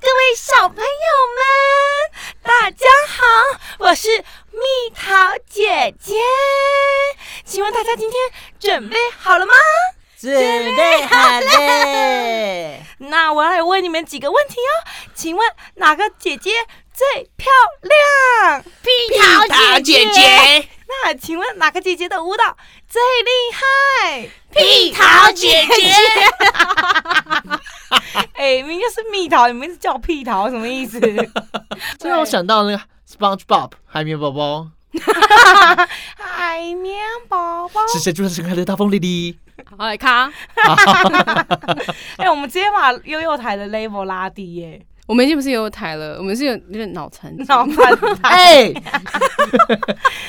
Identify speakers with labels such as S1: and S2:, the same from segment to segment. S1: 各位小朋友们，大家好，我是蜜桃姐姐。请问大家今天准备好了吗？
S2: 准备好了，
S1: 那我要来问你们几个问题哦。请问哪个姐姐最漂亮？蜜桃姐姐。那请问哪个姐姐的舞蹈最厉害？蜜桃姐姐。哎、明明就是蜜桃，你们一直叫我屁桃，什么 意思？
S2: 这让我想到那个 SpongeBob 海绵宝宝，
S1: 海绵宝宝。
S2: 是谁住在深海的大风里的？
S3: 好来卡，
S1: 哎、我们直接把悠悠台的 level 拉低耶、
S3: 我们已经不是有台了，我们是有有点脑残。
S1: 闹翻台。
S2: 哎，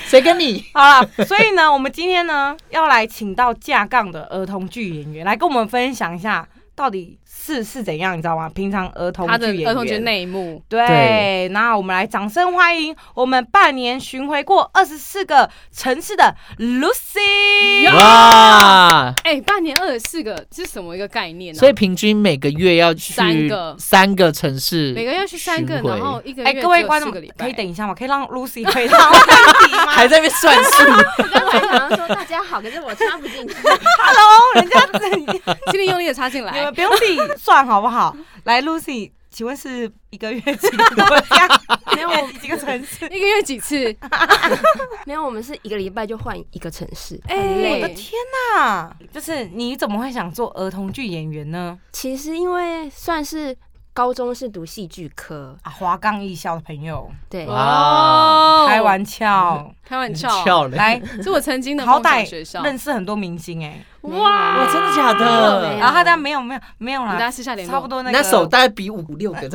S2: 谁跟你？
S1: 好了，所以呢，我们今天呢要来请到架杠的儿童剧演员来跟我们分享一下，到底是是怎样，你知道吗？平常儿童
S3: 他的
S1: 剧演员
S3: 儿童节内幕，
S1: 对
S2: 对，
S1: 那我们来掌声欢迎我们半年巡回过二十四个城市的 Lucy。
S2: 哇！
S3: 哎、半年二十四个是什么一个概念呢、
S2: 所以平均每个月要去
S3: 三个
S2: 三个城市，
S3: 每个月去三个，
S2: 巡回
S3: 然后一个月
S1: 哎、
S3: 只有
S1: 各位观
S3: 四
S1: 众
S3: 个礼拜
S1: 可以等一下吗？可以让 Lucy 回答我问题吗
S2: 还在那边算数，
S4: 刚才想要说大家好，可是我插不 进去。
S1: ？Hello，人家
S3: 尽力用力的插 进
S1: 你
S3: 来
S1: 们。不用自己算好不好？ 来，Lucy，请问是一个月几个国家？ 没有几个城市？
S3: 一个月几 次？
S4: 没有，我们是一个礼拜就换一个城市。
S3: 哎、
S4: 很累
S1: 我的天哪！就是你怎么会想做儿童剧演员呢？
S4: 其实因为算是高中是读戏剧科，
S1: 啊，华冈艺校的朋友，
S4: 对，
S3: 哦，
S1: 开玩笑，
S3: 开玩笑，
S2: 翘了，
S1: 来，
S3: 是我曾经的
S1: 好
S3: 梦想
S1: 歹
S3: 学校。
S1: 认识很多明星哎。
S3: 哇，
S2: 哇，真的假
S4: 没有
S2: 的？
S1: 然后他但没有没有没有
S3: 我们大
S1: 啦
S3: 家，私下联络。
S1: 差不多那个
S2: 那手大概比五六个，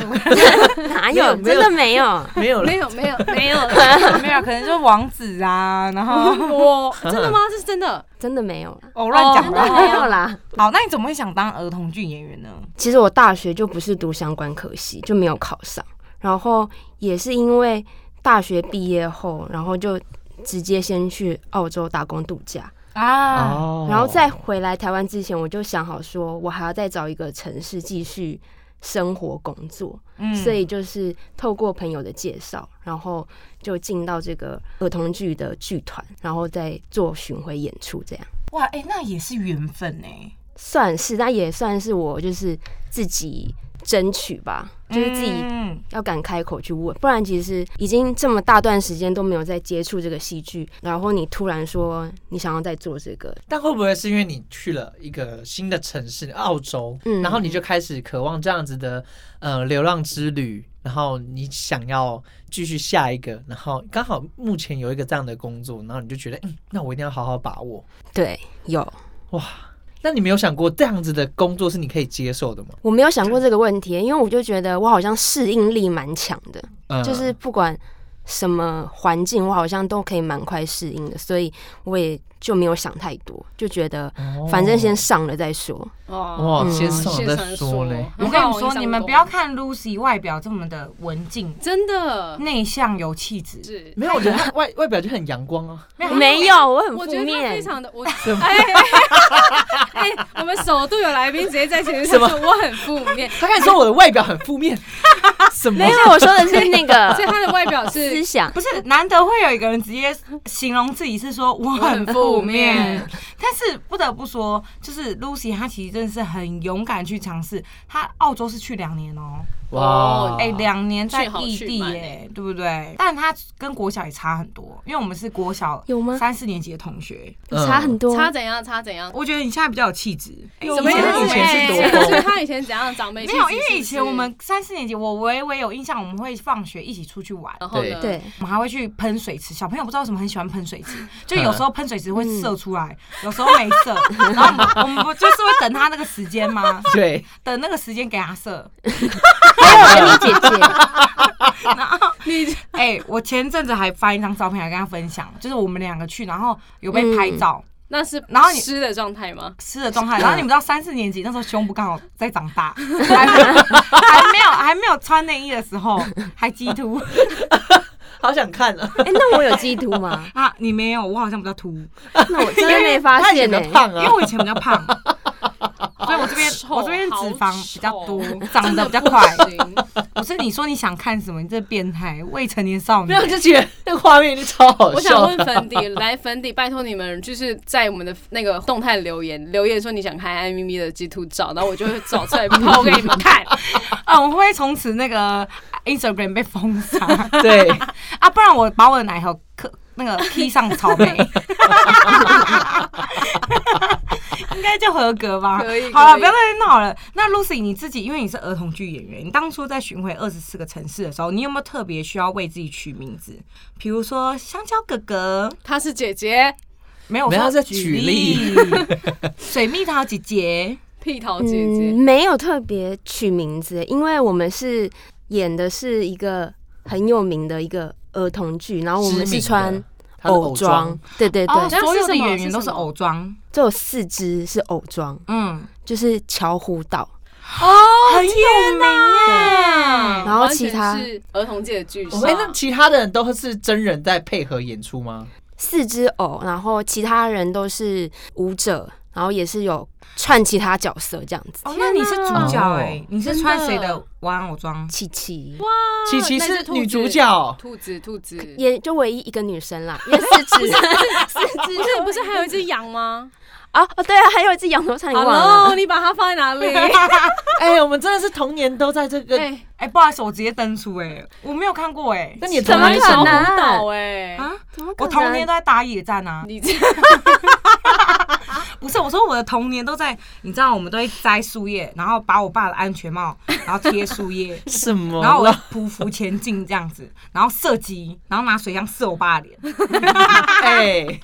S4: 哪有
S2: 没有
S4: 真的没有？
S2: 没有了
S3: 没。有没有没有，
S1: 没有，可能就是王子啊，然 后
S3: 我真的 吗？这是真的。
S4: 真的没有，
S1: 哦乱讲
S4: 真
S1: 的
S4: 的。没有啦。
S1: 好，那你怎么会想当儿童剧演员呢？
S4: 其实我大学就不是读相关科系，就没有考上。然后也是因为大学毕业后，然后就直接先去澳洲打工度假，
S1: 啊，
S2: 哦
S4: 然后再回来台湾之前，我就想好说，我还要再找一个城市继续生活工作。
S1: 嗯
S4: 所以就是透过朋友的介绍，然后就进到这个儿童剧的剧团，然后再做巡回演出，这样
S1: 哇，哎，那也是缘分哎。
S4: 算是，那也算是我就是自己争取吧，就是自己
S1: 嗯
S4: 要敢开口去问，不然其实已经这么大段时间都没有在接触这个戏剧，然后你突然说你想要再做这个，
S2: 但会不会是因为你去了一个新的城市，澳洲，
S4: 嗯
S2: 然后你就开始渴望这样子的呃流浪之旅，然后你想要继续下一个，然后刚好目前有一个这样的工作，然后你就觉得，嗯，那我一定要好好把握。
S4: 对，有。
S2: 那你没有想过这样子的工作是你可以接受的吗？
S4: 我没有想过这个问题，因为我就觉得我好像适应力蛮强的，
S2: 嗯
S4: 就是不管什么环境，我好像都可以蛮快适应的，所以我也就没有想太多，就觉得
S2: 哦
S4: 反正先上了再说。
S3: 哇
S2: 哇，
S4: 嗯
S2: 哦先上
S3: 现
S2: 再
S3: 传
S2: 说嘞。
S3: 很好
S1: 我跟你
S3: 印
S1: 说，
S3: 象
S1: 你们
S3: 中
S1: 不要看 Lucy 外表这么的文静，
S3: 真的
S1: 内向有气质，
S3: 是。
S2: 没有，我觉得他外外表就很阳光 啊，
S4: 没有，我很
S3: 我
S4: 负
S3: 觉得他非
S4: 面，
S3: 常的 我，哎哎哎，我们首度有来宾直接在前面说我很负面，
S2: 他开始说我的外表很负面，什么
S4: 没？有，我说的是那
S3: 所以
S4: 个
S3: 他的外表
S4: 思
S3: 是
S4: 想。
S1: 不是难得会有一个人直接形容自己是说我很负面，但是不得不说，就是 Lucy 她其实真的是很勇敢去尝试。她澳洲是去两年哦、
S3: 哦
S1: 哎、两年在
S3: 去好
S1: 异
S3: 去
S1: 地
S3: 慢
S1: 耶、对不对？但她跟国小也差很多，因为我们是国小
S4: 有吗
S1: 三四年级的同学，
S2: 嗯
S4: 差很多，
S3: 差怎样差怎样，
S1: 我觉得你现在比较有气质。哎
S3: 什么意思哎
S2: 以
S3: 以
S2: 前是多
S3: 前
S2: 疯
S3: 是他以前怎样长辈
S1: 没有，因为以前我们三四年级，我微微有印象，我们会放学一起出去玩。
S3: 然后呢
S2: 对
S4: 对，
S1: 我们还会去喷水池，小朋友不知道为什么很喜欢喷水池，就有时候喷水池会射出来，有时候没射，然后我们我们不就是会等他那个时间吗？
S2: 对，
S1: 等那个时间给他射。
S4: 还有你姐姐，
S3: 你
S1: 哎、我前阵子还发一张照片来跟他分享，就是我们两个去，然后有被拍照。
S3: 那是
S1: 然后你
S3: 湿的状态吗？
S1: 吃的状态，然后你们知道三四年级那时候胸部刚好在长 大，还没有还没有还没有穿内衣的时候，还鸡 突
S2: 好想看啊！
S4: 哎、那我有鸡突吗？
S1: 啊！你没有，我好像比较凸，
S4: 那我真的没发
S2: 他以
S4: 现
S2: 前
S4: 欸呢、
S2: 比较胖
S1: 因为
S2: 啊，
S1: 我以前比较 胖，所以我这边
S3: 好丑
S1: 我这边脂肪比较多
S3: 好丑，
S1: 长得比较快。
S3: 真的不行
S1: 不是你说你想看什么？你这变态未成年少女
S2: 没有，就觉得那个画面就超好
S3: 我想
S2: 笑
S3: 问
S2: 的。
S3: 粉底，来粉底，拜托你们，就是在我们的那个动态留言留言说你想看艾咪咪的 G 图照，然后我就会找出来抛给你们看。
S1: 啊！我会不会从此那个 Instagram 被封杀
S2: 对，
S1: 啊？不然我把我的奶头刻那 个踢上草莓，应该就合格吧？
S3: 可以
S1: 好了，
S3: 可以
S1: 不要再闹了。那 Lucy 你自己，因为你是儿童剧演员，你当初在巡回二十四个城市的时候，你有没有特别需要为自己取名字？比如说香蕉哥哥，
S3: 她是姐姐，
S1: 没有，我
S2: 没有
S1: 说
S2: 在举例
S1: 例水蜜桃姐姐。
S3: 屁桃姐
S4: 嗯，
S3: 姐，
S4: 没有特别取名字，因为我们是演的是一个很有名的一个儿童剧，然后 我们
S2: 知名的
S4: 是穿
S2: 他的
S4: 偶装，，对对对，
S1: 哦，
S3: 那
S1: 所
S3: 是
S1: 有的
S3: 什么
S1: 演
S3: 是
S1: 员
S3: 什
S1: 都是
S3: 么
S1: 偶装，
S4: 只有四肢是偶装，
S1: 嗯，
S4: 就是巧虎岛，
S3: 哦
S1: 很有名哎。
S4: 然后
S3: 完
S4: 其
S3: 全
S4: 他
S3: 是儿童界的巨星。
S2: 哎、那其他的人都是真人在配合演出吗？
S4: 四肢偶，然后其他人都是舞者，然后也是有串其他角色这样子。
S1: 哦，那你是主角
S2: 哦
S1: 哎，你是
S3: 真
S1: 穿
S3: 的
S1: 谁的玩偶装？
S4: 琪琪，
S2: 琪琪
S3: 那是
S2: 是
S3: 兔
S2: 女
S3: 子
S2: 主角，
S3: 兔子，兔子，
S4: 也就唯一一个女生啦，因为四肢四肢
S3: 不 是不是还有一只羊吗
S4: 啊哦对啊，还有一只羊头差点忘了
S3: ？Hello，，你把它放在哪 里？
S2: 哎、我们真的是童年都在这个。
S3: 哎，
S1: 哎，不好意思，我直接登出哎，我没有看过哎
S2: 那你的
S4: 怎
S2: 童
S4: 么
S2: 年是什
S4: 可
S3: 小
S4: 能
S3: 红
S2: 么？，
S3: 岛哎，
S1: 啊。
S4: 怎么可
S1: 我
S4: 能
S1: 童年都在打野战啊！
S3: 你这哎
S1: 不是，我说我的童年都在，你知道，我们都会摘树叶，然后把我爸的安全帽，然后贴树叶
S2: 什么
S1: 然后我
S2: 啦？
S1: 匍匐前进这样子，然后射击，然后拿水枪射我爸的 脸。
S2: 哎、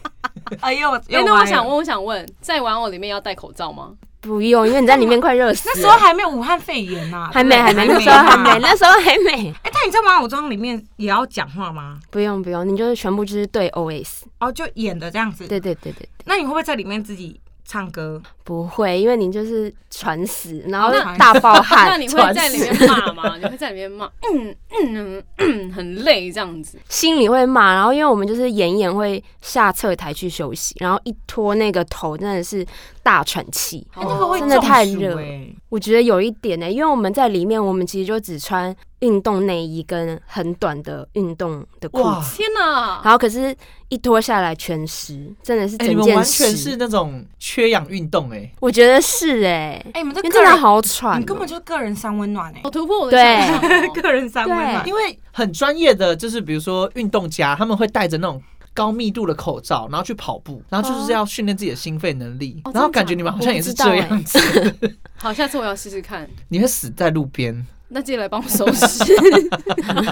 S1: 哎呦，
S3: 哎
S1: 又，
S3: 那我
S1: 歪
S3: 想
S1: 了
S3: 问，我想问，在玩偶里面要戴口罩吗？
S4: 不用，因为你在里面快热死
S1: 那时候
S4: 了。
S1: 还没有武汉肺炎呐、啊，
S4: 还没，还没，那时候还没，那时候还没。
S1: 哎、但你在玩偶装里面也要讲话吗？
S4: 不用不用，你就是全部就是对 OS。
S1: 哦，就演的这样子。
S4: 对对对对，
S1: 那你会不会在里面自己唱歌？
S4: 不会，因为你就是传死，然后
S1: 那
S4: 大爆
S3: 那
S4: 汗
S3: 你，会
S4: 传
S3: 在里
S4: 死，
S3: 面骂吗？你会在里面骂，嗯嗯嗯嗯，很累这样子。
S4: 心里会骂。然后因为我们就是演一演会下侧台去休息，然后一脱那个头真的是大喘气。
S1: 哎、那个会
S4: 真的太
S1: 中暑
S4: 热
S1: 哎
S4: 我觉得有一点欸呢、因为我们在里面，我们其实就只穿运动内衣跟很短的运动的裤
S2: 哇
S4: 子，
S3: 天哪！
S4: 然后可是，一脱下来全湿，真的是
S2: 哎、你
S4: 整
S2: 们
S4: 件
S2: 完
S4: 湿。
S2: 全是那种缺氧运动哎、
S4: 我觉得是哎、
S1: 哎、你们这
S4: 因为
S1: 个
S4: 真
S1: 人
S4: 的好喘哦、
S1: 你根本就是个人三温暖哎、
S3: 我突破我的想象哦。
S1: 个人三温暖
S4: 对。
S2: 因为很专业的，就是比如说运动家，他们会戴着那种高密度的口罩，然后去跑步，然后就是要训练自己的心肺能力。
S3: 哦
S2: 然后感觉你们好像也是这样子，
S3: 好，下次我要试试看。
S4: 欸
S2: 你会死在路边。
S3: 那记得来帮我收拾。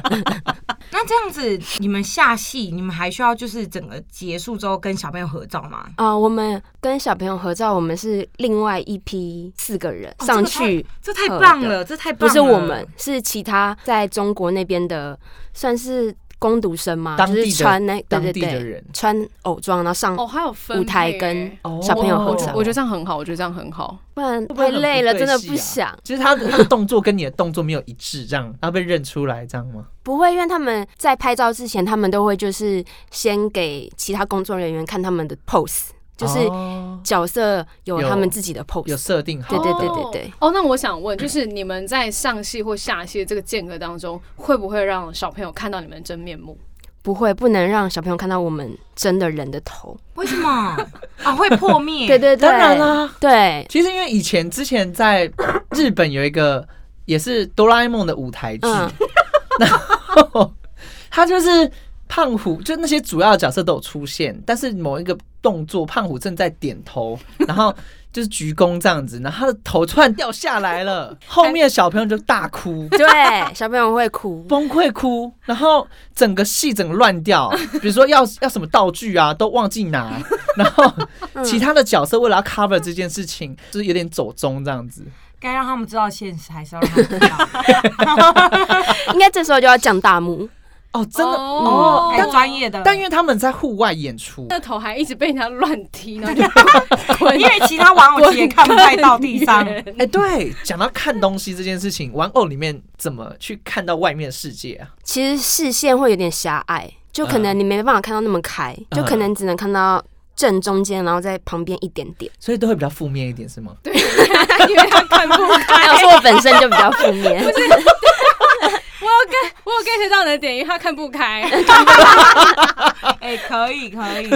S1: 那这样子，你们下戏，你们还需要就是整个结束之后跟小朋友合照吗？
S4: 啊、我们跟小朋友合照，我们是另外一批四个人、
S1: 哦
S4: 上去，
S1: 这太棒了，这太棒
S4: 不
S1: 了！
S4: 是我们，是其他在中国那边的，算是攻读生嘛，
S2: 当地
S4: 就
S2: 的
S4: 是穿那对
S2: 当
S4: 对
S2: 地的
S4: 对
S2: 人，
S4: 穿偶装，然后上，
S3: 哦，还有分
S4: 舞台
S3: 配
S4: 跟
S3: 欸
S2: 哦
S4: 小朋友合照
S3: 我我觉得这样很好，我觉得这样很好。
S4: 不然
S2: 不会
S4: 太
S2: 很
S4: 累
S2: 不
S4: 了，
S2: 对
S4: 真的
S2: 戏
S4: 不
S2: 啊
S4: 想。
S2: 就是他的他的动作跟你的动作没有一致，这样然后被认出来，这样吗？
S4: 不会，因为他们在拍照之前，他们都会就是先给其他工作人员看他们的 pose，就是
S2: 哦
S4: 角色有
S2: 有
S4: 他们自己的 pose，
S2: 有设定好
S4: 对。对对对对。
S3: 哦，那我想问，就是你们在上戏或下戏的这个间隔当中，会不会让小朋友看到你们的真面目？
S4: 不会，不能让小朋友看到我们真的人的头。
S1: 为什么啊？会破灭？
S4: 对对对，
S2: 当然啦，
S4: 对，
S2: 其实因为以前之前在 日本有一个 也是哆啦 A 梦的舞台剧，
S4: 嗯，
S2: 他就是胖虎就那些主要的角色都有出现，但是某一个动作，胖虎正在点头，然后就是鞠躬这样子，然后他的头突然掉下来了，后面的小朋友就大哭。
S4: 对，小朋友会哭，
S2: 崩溃哭，然后整个戏整个乱掉，比如说要要什么道具啊，都忘记拿，然后其他的角色为了要 cover 这件事情，就是有点走中这样子。
S1: 该让他们知道现实，还是要让他们 知道。
S4: 应该这时候就要降大幕。
S2: 哦，真的，
S3: 哦
S1: 还有嗯哎专业的，
S2: 但因为他们在户外演出，
S3: 那头还一直被人家乱踢，然后就 滚
S1: 因为其他玩偶其实也看不太到地 上。
S2: 哎、对，讲到看东西这件事情，玩偶里面怎么去看到外面的世界啊？
S4: 其实视线会有点狭隘，就可能你没办法看到那么开，
S2: 嗯
S4: 就可能只能看到正中间，然后在旁边一点点。
S2: 所以都会比较负面一点，是吗？
S3: 因为他看不
S2: 嗯
S3: 开。
S4: 要说我本身就比较 负面，
S3: 我有 get，我有 get 到你的点，因为他看不开，
S1: 哎，可以可以。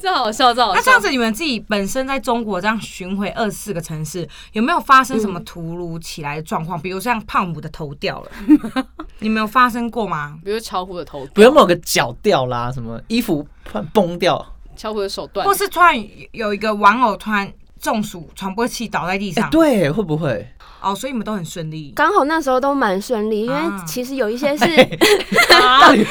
S3: 这好笑，这好
S1: 那这
S3: 笑
S1: 样。子，你们自己本身在中国这样巡回二十四个城市，有没有发生什么突如其来的状况？比如像胖虎的头掉了，你们有发生过吗？
S3: 比如巧虎的头掉，
S2: 比如某个脚掉啦，什么衣服突然崩掉，
S3: 巧虎的手段
S1: 或，是突然有一个玩偶突然中暑传播器倒在地
S2: 哎、
S1: 上？
S2: 对，会不会？
S1: 哦，所以你们都很顺利。
S4: 刚好那时候都蛮顺利，因
S1: 啊
S4: 为其实有 一些是，
S3: 啊，是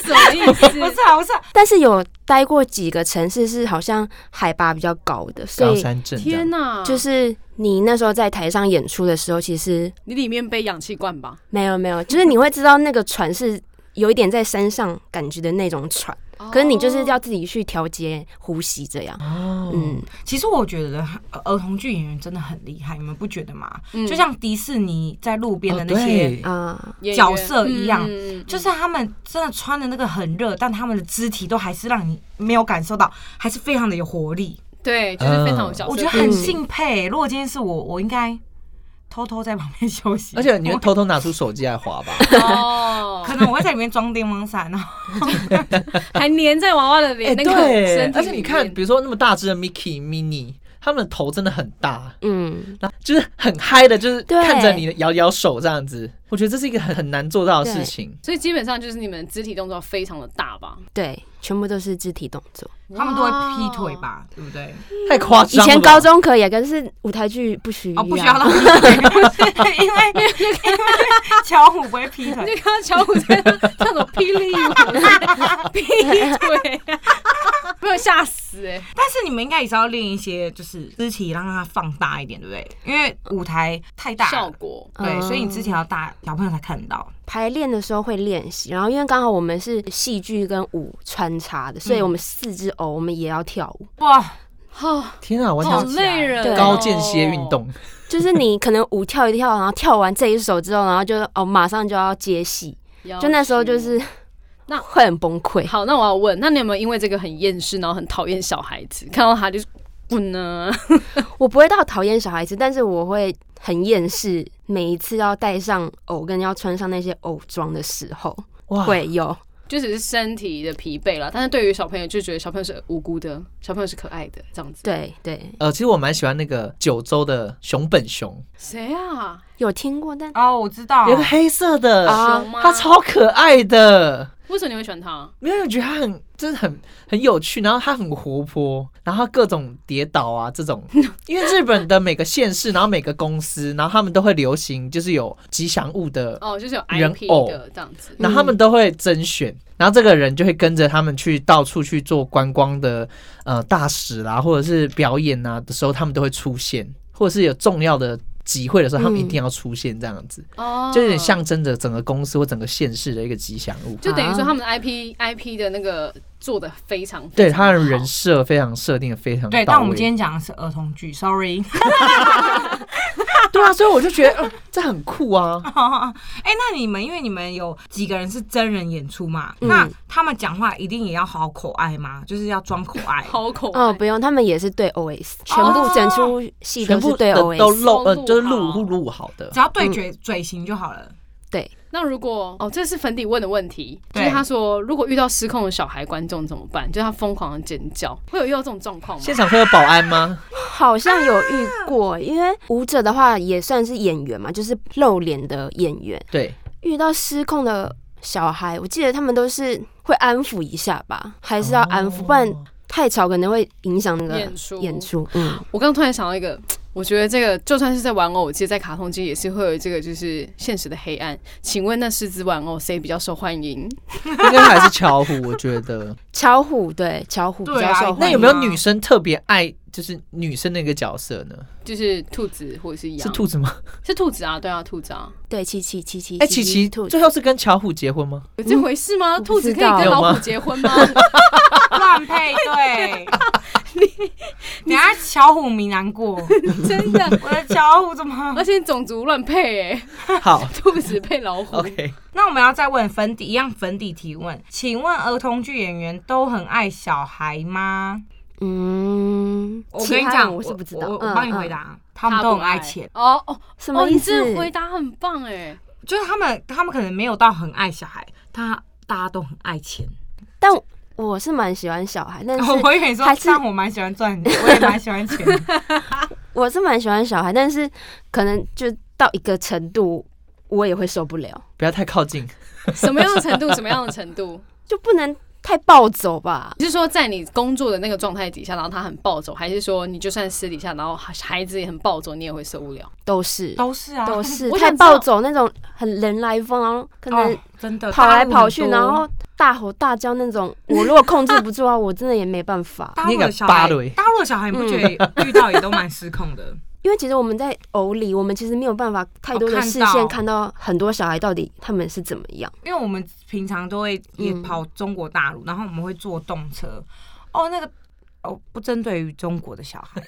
S3: 什么意
S1: 不
S3: 思？
S1: 是啊，不是啊，
S4: 但是有待过几个城市是好像海拔比较高的，所
S2: 高
S4: 以
S2: 山嗯症这样
S3: 天哪，
S4: 就是你那时候在台上演出的时候，其实
S3: 你里面被氧气罐吧？
S4: 没有没有，就是你会知道那个船是有一点在山上感觉的那种船，可是你
S3: 哦
S4: 就是要自己去调节呼吸这样。
S2: 哦，
S4: 嗯，
S1: 其实我觉得呃儿童剧演员真的很厉害，你们不觉得吗？
S3: 嗯
S1: 就像迪士尼在路边的
S2: 哦
S1: 那些，
S2: 对
S4: 啊，
S3: 演员
S1: 角色一样
S3: 嗯嗯
S1: 就是他们真的穿的那个很热，但他们的肢体都还是让你没有感受到，还是非常的有活力。
S3: 对，就是非常有角色。
S1: 嗯我觉得很敬佩。如果今天是我，我应该偷偷在旁边 休息。
S2: 而且你会偷偷拿出手机来滑吧？
S3: 哦，
S1: 可能我会在里面装电风扇然后
S3: 还粘在娃娃的
S2: 哎、
S3: 脸那个
S2: 对
S3: 身，体
S2: 而
S3: 里面
S2: 且你看，比如说那么大只的 Mickey、Mini，他们的头真的很大，
S4: 嗯，
S2: 然后就是很嗨的，就是
S4: 对
S2: 看着你摇摇手这样子。我觉得这是一个很很难做到的事情。
S3: 所以基本上就是你们肢体动作非常的大吧？
S4: 对，全部都是肢体动作。
S1: 他们都会劈腿吧，对不对？
S2: 太夸
S4: 以
S2: 张了吧。
S4: 前高中可以，啊，可是舞台剧不需要。
S1: 哦，不需要到劈 腿，不是因为因为巧虎不会劈
S3: 哇？
S1: 腿。
S3: 就看到巧虎在那种霹雳舞，劈腿，啊 没有吓死哎、
S1: 但是你们应该也是要练一些，就是肢体让它放大一点，对不对？因为舞台太大
S3: 效
S1: 了，
S3: 果
S1: 对，
S4: 嗯
S1: 所以你肢体要大，小朋友才看得到。
S4: 排练的时候会练习，然后因为刚好我们是戏剧跟舞穿插的，所以我们四肢偶我们也要跳舞。
S1: 哇，
S3: 好、
S2: 天啊，完
S3: 好
S2: 全
S3: 累人、哦，
S4: 对
S2: 高间歇运。动，
S4: 就是你可能舞跳一跳，然后跳完这一首之后，然后就哦马上就要接戏，就那时候就是
S3: 那
S4: 会很崩溃。
S3: 好，那我要问，那你有没有因为这个很厌世，然后很讨厌小孩子，看到他就是滚呢？
S4: 我不会到讨厌小孩子，但是我会很厌世。每一次要戴上偶跟要穿上那些偶装的时候，
S2: 哇，
S4: 会有
S3: 就只是身体的疲惫了，但是对于小朋友就觉得小朋友是无辜的，小朋友是可爱的这样子。
S4: 对对，
S2: 呃，其实我蛮喜欢那个九州的熊本熊，
S3: 谁啊？
S4: 有听过，但
S1: 哦，我知道
S2: 有，个黑色的，
S4: 啊
S3: 熊吗？
S2: 它超可爱的。
S3: 为什么你会喜欢他？
S2: 没有，我觉得它很，就是很很有趣，然后它很活泼，然后它各种跌倒啊 这种，因为日本的每个县市，然后每个公司，然后他们都会流行，就是有吉祥物的，
S3: 哦，就是有
S2: 人
S3: IP
S2: 偶
S3: 的这样子。
S2: 然后他们都会甄选，然后这个人就会跟着他们去到处去做观光的呃大使啦，或者是表演啊的时候，他们都会出现，或者是有重要的集会的时候，他们一
S4: 嗯
S2: 定要出现这样子，
S3: 哦，
S2: 就有点，象征着整个公司或整个县市的一个吉祥物。
S3: 就等于说他们的 IP、IP 的那个做的非常
S2: 对
S3: 非常
S2: 他的
S3: 好
S2: 人设非常设定的非常
S1: 对，
S2: 到
S1: 但我们
S2: 位
S1: 今天讲的是儿童剧，sorry。
S2: 对啊，所以我就觉得、呃这很酷啊。
S1: 哎、那你们因为你们有几个人是真人演出嘛？
S4: 嗯
S1: 那他们讲话一定也要好口爱 吗？就是要装口爱。
S3: 好恐
S4: 哦不用，他们也是对 OS，全部整出戏
S2: 全
S4: 都
S2: 部
S4: 是对哦
S2: 的
S4: 哎
S2: 都
S4: OS，
S2: 录，呃，
S3: 都录
S2: 就是
S3: 好
S2: 录录录好的
S1: 只。要对嘴、
S4: 嗯
S1: 嘴型就好了。
S4: 对，
S3: 那如果哦，这是粉底问的问题，就
S1: 对
S3: 是他说如果遇到失控的小孩观众怎么办？就是他疯狂的尖叫，会有遇到这种状况吗
S2: 现？场会有保安吗？
S4: 好像有遇过，因为舞者的话也算是演员嘛，就是露脸的演员，
S2: 对，
S4: 遇到失控的。小孩，我记得他们都是会安抚一下吧，还是要安
S2: 哦
S4: 抚，不然太吵可能会影响那个
S3: 演出
S4: 演出。嗯，
S3: 我刚刚突然想到一个，我觉得这个就算是在玩偶界，在卡通界也是会有这个就是现实的黑暗。请问那狮子玩偶谁比较受欢迎？
S2: 应该还是巧虎，我觉 得。
S4: 巧虎对巧虎比
S1: 对
S4: 较
S1: 啊
S4: 受
S1: 那
S4: 欢
S2: 那
S4: 迎。
S2: 有没有女生特别爱就是女生那个角色呢？
S3: 就是兔子或者是羊？
S2: 是兔子吗？
S3: 是兔子啊，对啊，兔子啊，
S4: 对七七七七，
S2: 哎，琪琪
S4: 兔
S2: 最后是跟巧虎结婚 吗？
S3: 有这回事吗？
S4: 嗯不
S3: 兔子可以
S4: 知道
S3: 跟老
S2: 有
S3: 虎
S2: 吗
S3: 结婚吗？
S1: 乱配 对。 你等下巧虎迷难 过，
S3: 真的，
S1: 我的巧虎 怎么？
S3: 而且种族乱配哎、
S2: 好
S3: 兔子配老虎。
S2: ，OK，
S1: 那我们要再问粉底一样粉底提问，请问儿童剧演员都很爱小孩吗？
S4: 嗯，
S1: 我
S4: 其
S1: 跟你
S4: 他
S1: 讲，
S4: 人我是不知道，
S1: 我我
S4: 嗯
S1: 我帮你
S4: 嗯
S1: 回答，他们都很爱钱，
S3: 哦哦，
S4: 什么意思
S3: 哦、你这回答很棒哎、
S1: 就是他们他们可能没有到很爱小孩，他大家都很爱钱。
S4: 但我是蛮喜欢小孩，但是
S1: 我以为你说
S4: 还，是
S1: 但我蛮喜欢赚，我也蛮喜欢钱。
S4: 我是蛮喜欢小孩，但是可能就到一个程度，我也会受不了，
S2: 不要太靠近。
S3: 什么样的 程度？什么样的程度？
S4: 就不能太暴走吧。
S3: 你是说在你工作的那个状态底下，然后他很暴走，还是说你就算私底下，然后孩子也很暴走，你也会受不了？
S4: 都是
S1: 都是啊，
S4: 都是
S3: 我
S4: 太
S3: 想知道
S4: 暴走那种，很人来疯，然后可能
S1: 哦，真的
S4: 跑来跑去，然。后
S1: 大陆很多
S4: 大吼大叫那种。我如果控制不住 啊，我真的也没办法。
S1: 大陆的小
S2: 那
S1: 孩
S2: 个芭蕾，
S1: 大陆的小孩，你不觉
S4: 嗯
S1: 得遇到也都蛮失控的？
S4: 因为其实我们在偶里，我们其实没有办法太多
S1: 哦
S4: 的
S1: 看
S4: 视
S1: 到
S4: 线看到很多小孩到底他们是怎么样。
S1: 因为我们平常都会也跑中国大
S4: 嗯
S1: 陆，然后我们会坐动车。哦，那个哦，不针对于中国的小 孩，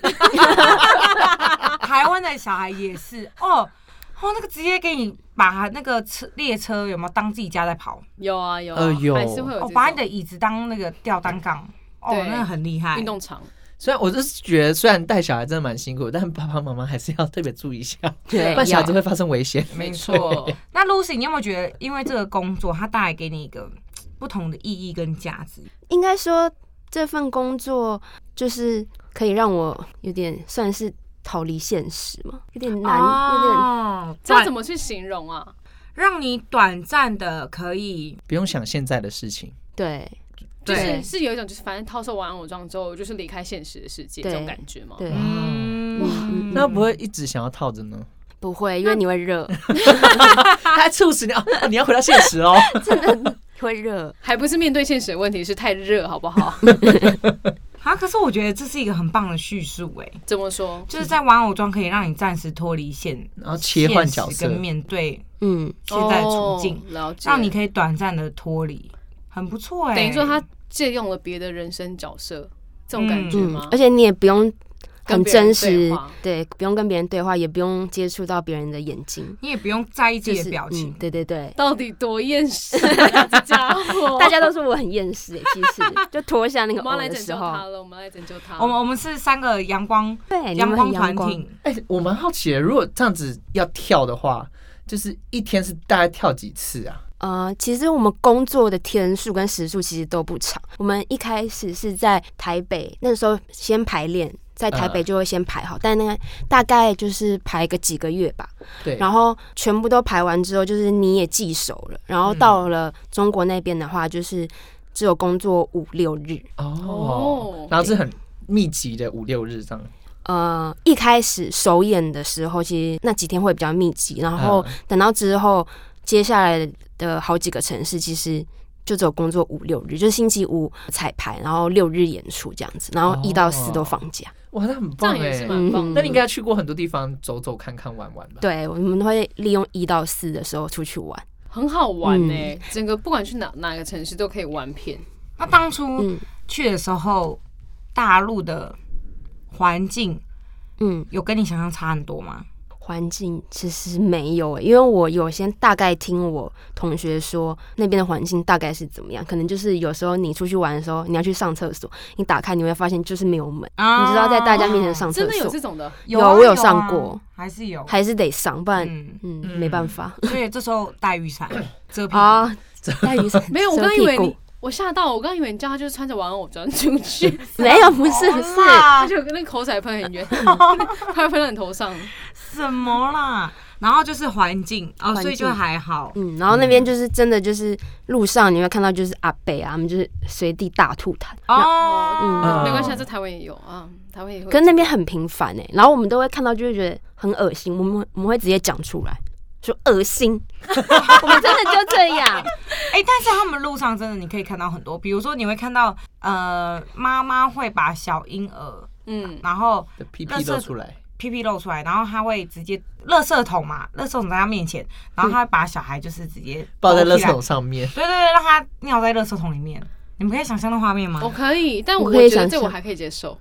S1: 台湾的小孩也是哦。哦，那个直接给你把那个车列车有没有当自己家在跑？
S3: 有啊有啊，
S2: 呃有
S3: 还是会有
S1: 哦
S3: 这，
S1: 把你
S3: 种
S1: 的椅子当那个吊单杠，哦，
S3: 对
S1: 那个很厉害
S3: 运。动场。
S2: 虽然我就是觉得，虽然带小孩真的蛮辛苦，但爸爸妈妈还是要特别注意一 下，
S4: 对
S2: 不然小孩子会发生危险。
S3: 没错，
S1: 那 Lucy，你有没有觉得，因为这个工作，它带来给你一个不同的意义跟价值？
S4: 应该说这份工作就是可以让我有点算是逃离现实嘛，有点难，有点
S1: 哦，
S3: 这样怎
S1: 么
S3: 么去形容啊？
S1: 让你短暂的可以
S2: 不用想现在的事情，
S4: 对
S3: 就是
S1: 对
S3: 是有一种就是反正套售完偶装之后，就是离开现实的世界这
S4: 对
S3: 种感觉吗？
S4: 对，
S1: 嗯，
S4: 嗯
S2: 那不会一直想要套着 呢？
S4: 不会，因为你会热，
S2: 它还促使你哦，你要回到现实哦。
S4: 会热，
S3: 还不是面对现实的问题，是太热好不 好？
S1: 啊，可是我觉得这是一个很棒的叙述、哎，
S3: 怎么说？
S1: 就是在玩偶装可以让你暂时脱离现，
S2: 然后切换角色
S1: 现实跟面对
S4: 嗯，
S1: 现在的处境，
S3: 哦、了解。
S1: 让你可以短暂的脱离，很不错、哎，
S3: 等于说他借用了别的人生角色，这种感觉
S4: 嗯
S3: 吗，？
S4: 而且你也不用
S3: 跟
S4: 很
S3: 别人
S4: 真
S3: 对
S4: 实
S3: 话，
S4: 对，不用跟别人对话，也不用接触到别人的眼睛，
S1: 你也不用在意自
S4: 就
S1: 己
S4: 是
S1: 的表情
S4: 嗯，，对对对。
S3: 到底多厌世啊，这家伙！
S4: 大家都说我很厌世耶，其 实就脱下那个
S3: 我们要
S4: 偶
S3: 来
S4: 的
S3: 拯
S4: 时
S3: 救他
S4: 候，哦
S3: 了，我们来拯救他。
S1: 我们我们是三个阳光
S4: 对，哎你
S1: 阳
S4: 们很
S1: 光
S4: 阳
S1: 团
S4: 光，
S1: 体，
S2: 哎、我蛮好奇的，如果这样子要跳的话，就是一天是大概跳几次啊？
S4: 呃，其实我们工作的天数跟时数其实都不长。我们一开始是在台北，那时候先排练，在台
S2: 嗯
S4: 北就会先排好，但那个大概就是排个几个月吧。
S2: 对，
S4: 然后全部都排完之后，就是你也记熟了。然
S1: 嗯
S4: 后到了中国那边的话，就是只有工作五六日。
S3: 哦
S2: 哦，然后是很密集的五六日这样。
S4: 呃，一开始首演的时候，其实那几天会比较密集，然后
S2: 嗯
S4: 等到之后接下来的好几个城市，其实就只有工作五六日，就是星期五彩排，然后六日演出这样子，然后一到四
S3: 哦
S4: 都放假。
S2: 哇，那很
S3: 这
S2: 棒
S3: 样
S2: 哎、
S3: 也是蛮棒
S4: 嗯
S3: 的。
S2: 那你应该去过很多地方走走看看玩玩吧？
S4: 对，我们会利用一到四的时候出去玩。
S3: 很好玩呢、
S4: 嗯
S3: 整个不管去哪哪个城市都可以玩遍。
S1: 那啊当初
S4: 嗯
S1: 去的时候，大陆的环境
S4: 嗯，
S1: 有跟你想象差很多吗？
S4: 环境其实没有欸、因为我有先大概听我同学说那边的环境大概是怎么样，可能就是有时候你出去玩的时候，你要去上厕所，你打开你会发现就是没有门，
S1: 啊
S4: 你知道在大家面前上
S3: 哦真
S4: 厕
S3: 的有
S4: 所
S3: 这，种的，
S1: 有
S4: 有
S1: 啊
S4: 我有
S1: 啊
S4: 上过
S1: 还是有。
S4: 还是得上，不然
S1: 嗯，
S4: 嗯
S2: 嗯
S4: 没办法
S1: 所以这时候带雨伞遮蔽。
S4: 啊。 带雨伞
S3: 没有，我
S4: 遮
S3: 刚以
S4: 屁
S3: 为
S4: 股
S3: 你，我吓到，我刚以为你叫他就是穿着玩偶装出 去，
S4: 没有，不是不
S1: 哦
S4: 是，
S3: 他
S1: 啦，
S3: 就跟那个口水喷很远，他会喷到你头上。
S1: 什么啦？然后就是环境哦，
S4: 环
S1: 所以就
S4: 境
S1: 还好。
S4: 嗯，然后那边就是真的就是路上你会看到就是阿北啊，他们就是随地大吐痰，
S1: 哦，
S4: 嗯，
S2: 嗯
S3: 没关系啊，在台湾也有啊，台湾也会。
S4: 可是那边很频繁哎、然后我们都会看到，就会觉得很恶心，我们会我们会直接讲出来，说恶心， 我们真的就这样，
S1: 哎、但是他们路上真的你可以看到很多，比如说你会看到呃，妈妈会把小婴儿，
S3: 嗯，
S1: 然后
S2: 的屁
S1: 那
S2: 屁
S1: 是
S2: 露出来，
S1: 屁屁露出来，然后他会直接垃圾桶嘛，垃圾桶在他面前，然后他会把小孩就是直接
S2: 抱在
S1: 搂
S2: 垃
S1: 起
S2: 圾
S1: 来
S2: 桶，上面。
S1: 对对对，让他尿在垃圾桶里面。你们可以想象那画面吗？
S3: 我哦可以，但我
S4: 我可以
S3: 觉得
S4: 想
S3: 这我
S4: 象
S3: 还可以接受。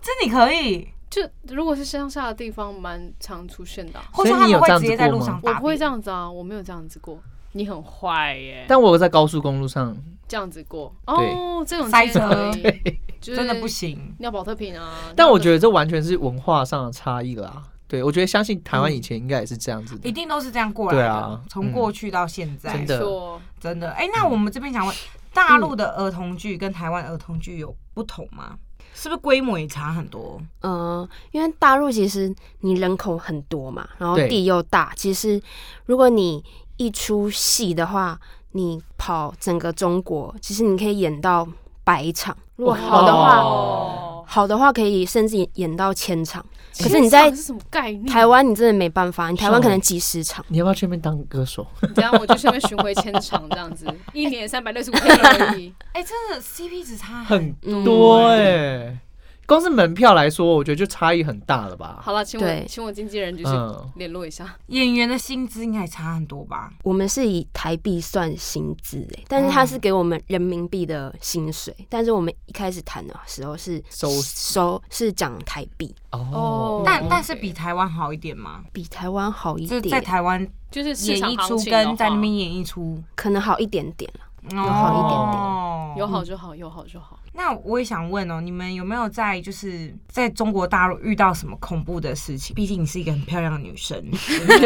S1: 这你可以，
S3: 就如果是乡下的地方，蛮常出现的啊。
S1: 或
S2: 所
S1: 者
S2: 以
S1: 他
S2: 你
S1: 们
S2: 有这
S1: 会
S2: 样
S1: 直
S2: 子
S1: 接在
S2: 过
S1: 路
S2: 吗
S1: 上大
S3: 我
S1: 便。
S3: 不会这样子啊，我没有这样子过。你很坏耶，
S2: 但我有在高速公路上，
S3: 这样子过
S2: 对
S3: 哦，这种
S1: 塞
S3: 真的
S1: 车
S3: 可以，就是
S1: 真的不。行。
S3: 尿保特瓶啊，
S2: 但我觉
S3: 得
S2: 得这完全是文化上的差异啦。对，我觉得相信台湾以前应该也是这样子的
S1: 一。定都是这样过来
S2: 对
S1: 的
S2: 啊，
S1: 从、
S2: 嗯
S1: 过去到现在，
S2: 真的嗯
S3: 说
S1: 真的。哎、那我们这边想问，大陆的儿童剧跟台湾儿童剧有不同吗？是不是规模也差很多？
S4: 嗯，因为大陆其实你人口很多嘛，然后
S2: 对
S4: 地又大，其实如果你一出戏的话，你跑整个中国，其实你可以演到百场，如果好的话，
S2: 哦
S4: 好的话可以甚至演到千场。可是
S3: 天
S4: 你在
S3: 上是什么概念？
S4: 台，湾你真的没办法，你台湾可能几十场。
S2: 你要不要去那边当歌手？
S3: 这样我就顺便巡回千场这样子，一年三百六十五天而已。
S1: 哎、真的 CP 值差
S2: 很
S4: 嗯
S2: 多哎，光是门票来说，我觉得就差异很大了吧。
S3: 好了，请我
S4: 对
S3: 请我经纪人就是
S2: 嗯，
S3: 联络一下。
S1: 演员的薪资应该也差很多吧？
S4: 我们是以台币算薪资诶、但是他是给我们人民币的薪水，但是我们一开始谈的时候是
S2: 收
S4: 收是讲台币，
S3: 哦
S2: 哦，
S1: 但
S3: 嗯
S1: 但是比台湾好一点吗？
S4: 比台湾好一
S1: 就是
S4: 点，
S1: 在台湾
S3: 就是市
S1: 演
S3: 场
S1: 一
S3: 行
S1: 出
S3: 情的
S1: 跟在
S3: 话
S1: 那边演一出，
S4: 可能好一点点啦
S1: 哦
S4: 好一点点
S1: 点
S3: 有好就好，有好就好。
S1: 那我也想问哦，你们有没有在就是在中国大陆遇到什么恐怖的事情？毕竟你是一个很漂亮的女生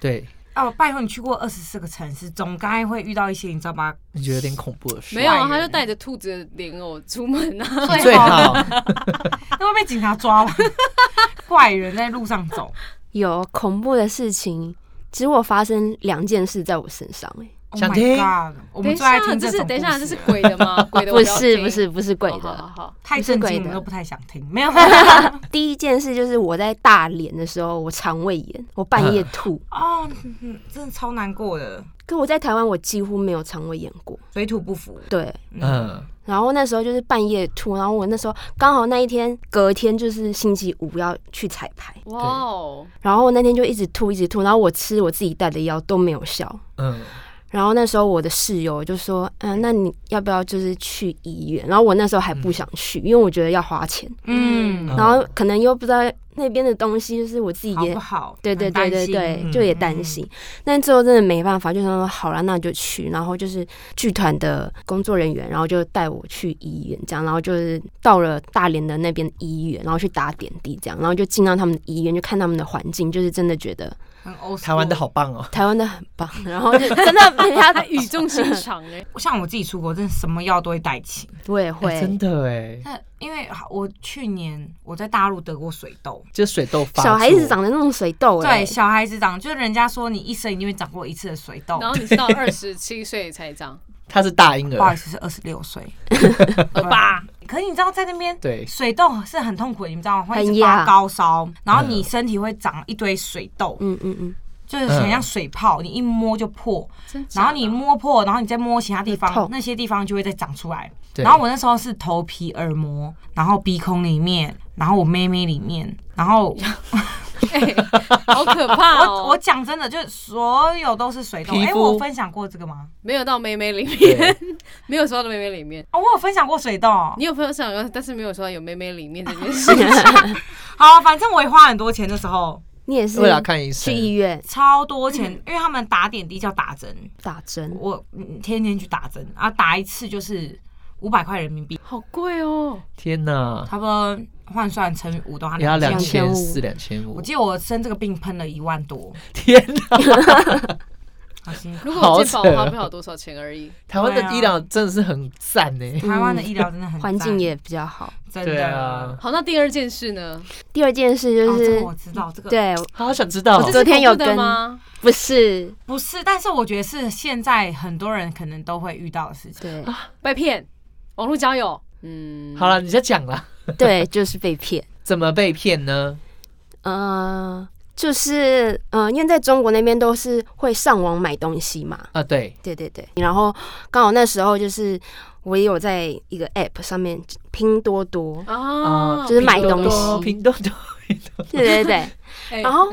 S2: 对，
S1: 哦，拜托你去过二十四个城市，总该会遇到一些你知道吧？
S2: 你觉得有点恐怖的事。
S3: 没有，啊
S1: 坏
S3: 他就
S1: 人
S3: 带着兔子的莲藕出门啊。
S2: 你最好，
S1: 那会被警察抓 吧？怪人在路上走，
S4: 有恐怖的事情，其实我发生两件事在我身上、欸，
S1: Oh
S2: 想
S1: my
S2: 听
S1: God，我
S3: 等
S1: 们
S3: 一
S1: 最爱
S3: 下，啊
S1: 听
S3: 这
S1: 种故
S3: 是
S1: 事
S3: 等一下，这是鬼的吗？ 鬼的我
S4: 不
S3: 要
S4: 是
S3: 听
S4: 不是不是鬼
S3: 哦好好
S4: 的。
S3: 好，
S1: 太震
S4: 不是
S1: 惊，我
S4: 鬼的
S1: 们都不太想听。没有， 哦，
S4: 第一件事就是我在大连的时候，我肠胃炎，我半夜吐，
S1: 嗯嗯真的超难过的，
S4: 可我在台湾我几乎没有肠胃炎过，
S1: 水土不服。
S4: 对。
S2: 嗯，
S4: 然后那时候就是半夜吐，然后我那时候刚好那一天隔天就是星期五要去彩排，
S3: 哇哦，
S4: 然后那天就一直吐一直吐，然后我吃我自己带的药都没有效。
S2: 嗯，
S4: 然后那时候我的室友就说：“嗯、那你要不要就是去医院？”然后我那时候还不想去，因为我觉得要花钱，
S1: 嗯，
S2: 嗯
S4: 然后可能又不知道那边的东西，就是我自己
S1: 好
S4: 也
S1: 不好？
S4: 对对
S1: 很担
S4: 对对
S1: 心
S4: 对，
S2: 嗯
S4: 就也担心。但最后真的没办法，就想说好了，那就去。然后就是剧团的工作人员，然后就带我去医院，这样，然后就是到了大连的那边医院，然后去打点滴，这样，然后就进到他们的医院，就看他们的环境，就是真的觉得
S1: 很 old
S2: 台湾的
S1: school
S2: 好棒哦，
S4: 台湾的很棒，然后就 真的 被他
S3: 他语重心长哎，
S1: 像我自己出国，真的什么药都会带齐。
S4: 我也
S2: 哎真
S4: 会。
S2: 的哎，
S1: 那因为我去年我在大陆得过水痘，
S2: 就水痘发作，
S4: 小孩子长得那种水痘、欸，
S1: 对，小孩子长，就是人家说你一生一定会长过一次的水痘
S3: 然。后你是到二十七岁才 长，
S2: 他是大婴
S1: 不好意
S2: 儿，
S1: 思，是二十六 岁，
S3: 好吧？
S1: 可是你知道在那边。
S2: 对，
S1: 水痘是很痛苦的，你们知道吗？会一
S4: 很
S1: 直发
S4: 痒
S1: 高烧，然后你
S2: 嗯
S1: 身体会长一堆水痘，
S4: 嗯嗯 嗯，
S1: 就是很像水泡，你一摸就破，
S3: 真假
S1: 然后你摸破，然后你再摸其他地
S4: 会
S1: 方
S4: 痛，
S1: 那些地方就会再长出来。
S2: 对
S1: 然后我那时候是头皮、耳膜，然后鼻孔里面，然后我妹妹里面，然后
S3: 哎好可怕
S1: 我我
S3: 哦！
S1: 讲真的，就是所有都是水痘。
S2: 皮
S1: 哎、
S2: 肤
S1: 我有分享过这个吗？
S3: 没有到妹妹里面
S2: 对，
S3: 没有说到妹妹里面，
S1: 哦，我有分享过水痘。
S3: 你有分享过，但是没有说到有妹妹里面这件事。
S1: 好，反正我也花很多钱，那时候
S4: 你也是
S2: 为了看医
S4: 去
S2: 生，
S4: 医院
S1: 超多钱，
S2: 嗯
S1: 因为他们打点滴叫打针，
S4: 打针，
S1: 我嗯天天去打针，啊，打一次就是五百块人民币，
S3: 好贵哦！
S2: 天哪，
S1: 差不多换算乘以五的话
S2: 也要两
S1: 两千。
S2: 千
S4: 2500
S2: 四、两千
S1: 我
S2: 五，
S1: 记得我生这个病喷了一万多，
S2: 天哪，
S1: 好辛苦。
S3: 如果我
S2: 好
S3: 健保
S2: 扯
S3: 的话，不晓得多少钱而已。
S2: 台湾
S1: 对啊
S2: 的医疗真的是很赞呢、
S1: 台湾的医疗真的很
S4: 嗯环境
S1: 赞
S4: 也比较好。
S1: 真
S2: 对
S1: 的
S2: 啊。
S3: 好，那第二件事呢？
S4: 第二件事
S1: 哦
S4: 就
S1: 这
S4: 是
S1: 个，我知道，这个
S4: 对，
S2: 好想知道
S4: 我
S3: 哦这
S4: 哦昨
S3: 是
S4: 天
S3: 恐
S4: 有
S3: 怖的
S4: 跟
S3: 吗？
S4: 不是
S1: 不是，但是我觉得是现在很多人可能都会遇到的事情。
S4: 对
S3: 被骗，网络交友，嗯，
S2: 好了，你再讲啦，
S4: 对， 就是被骗。
S2: 怎么被骗呢？
S4: 呃，就是呃，因为在中国那边都是会上网买东西嘛，
S2: 啊，对，
S4: 对对对。然后刚好那时候就是我也有在一个 App 上面拼多多，
S3: 啊，
S4: 哦就是买东西
S2: 拼多多，拼多多，
S4: 对对对
S3: 哎
S4: 对。然后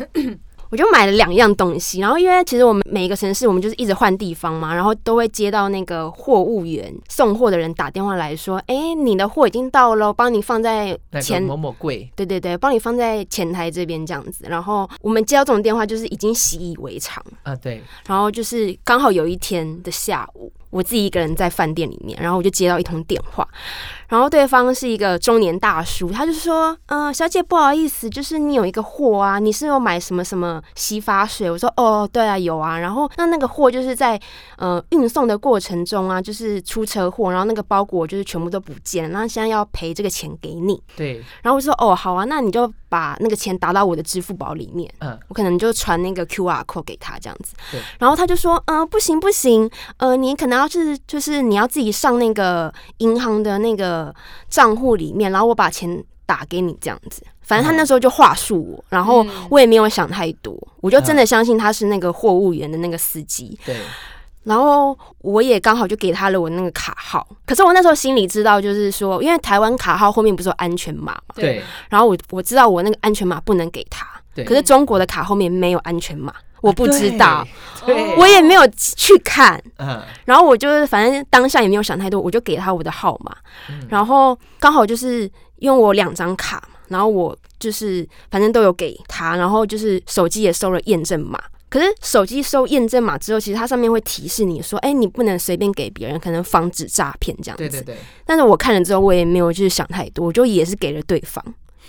S4: 我就买了两样东西，然后因为其实我们每一个城市我们就是一直换地方嘛，然后都会接到那个货物员送货的人打电话来说，哎，你的货已经到了，帮你放在
S2: 那个
S4: 前
S2: 某某贵，
S4: 对对对，帮你放在前台这边这样子。然后我们接到这种电话，就是已经习以为常。
S2: 啊，对，
S4: 然后就是刚好有一天的下午，我自己一个人在饭店里面，然后我就接到一通电话，然后对方是一个中年大叔，他就说：“嗯、小姐，不好意思，就是你有一个货啊，你是有买什么什么洗发水？”我说：“哦，对啊，有啊。”然后那那个货就是在呃运送的过程中啊，就是出车祸，然后那个包裹就是全部都不见，然后现在要赔这个钱给你。
S2: 对，
S4: 然后我就说哦好啊，那你就把那个钱打到我的支付宝里面，
S2: 嗯
S4: 我可能就传那个 Q R code 给他这样子
S2: 对。
S4: 然后他就说，呃，不行不行，呃，你可能要是就是你要自己上那个银行的那个账户里面，然后我把钱打给你这样子。反正他那时候就话术我，然后
S3: 嗯
S4: 我也没有想太多，我就真的相信他是那个货物员的那个司机。
S2: 对，
S4: 然后我也刚好就给他了我那个卡号，可是我那时候心里知道，就是说，因为台湾卡号后面不是有安全码嘛。
S2: 对，
S3: 哦
S4: 然后我我知道我那个安全码不能给他，
S2: 对啊
S4: 可是中国的卡后面没有安全码，我不知道，
S2: 对，
S4: 我也没有去看。
S2: 嗯，
S4: 然后我就是反正当下也没有想太多，我就给他我的号码，
S2: 嗯
S4: 然后刚好就是用我两张卡嘛，然后我就是反正都有给他，然后就是手机也收了验证码。可是手机收验证码之后，其实它上面会提示你说，哎、你不能随便给别人，可能防止诈骗这样子。
S2: 对对对，
S4: 但是我看了之后，我也没有就是想太多，我就也是给了对方。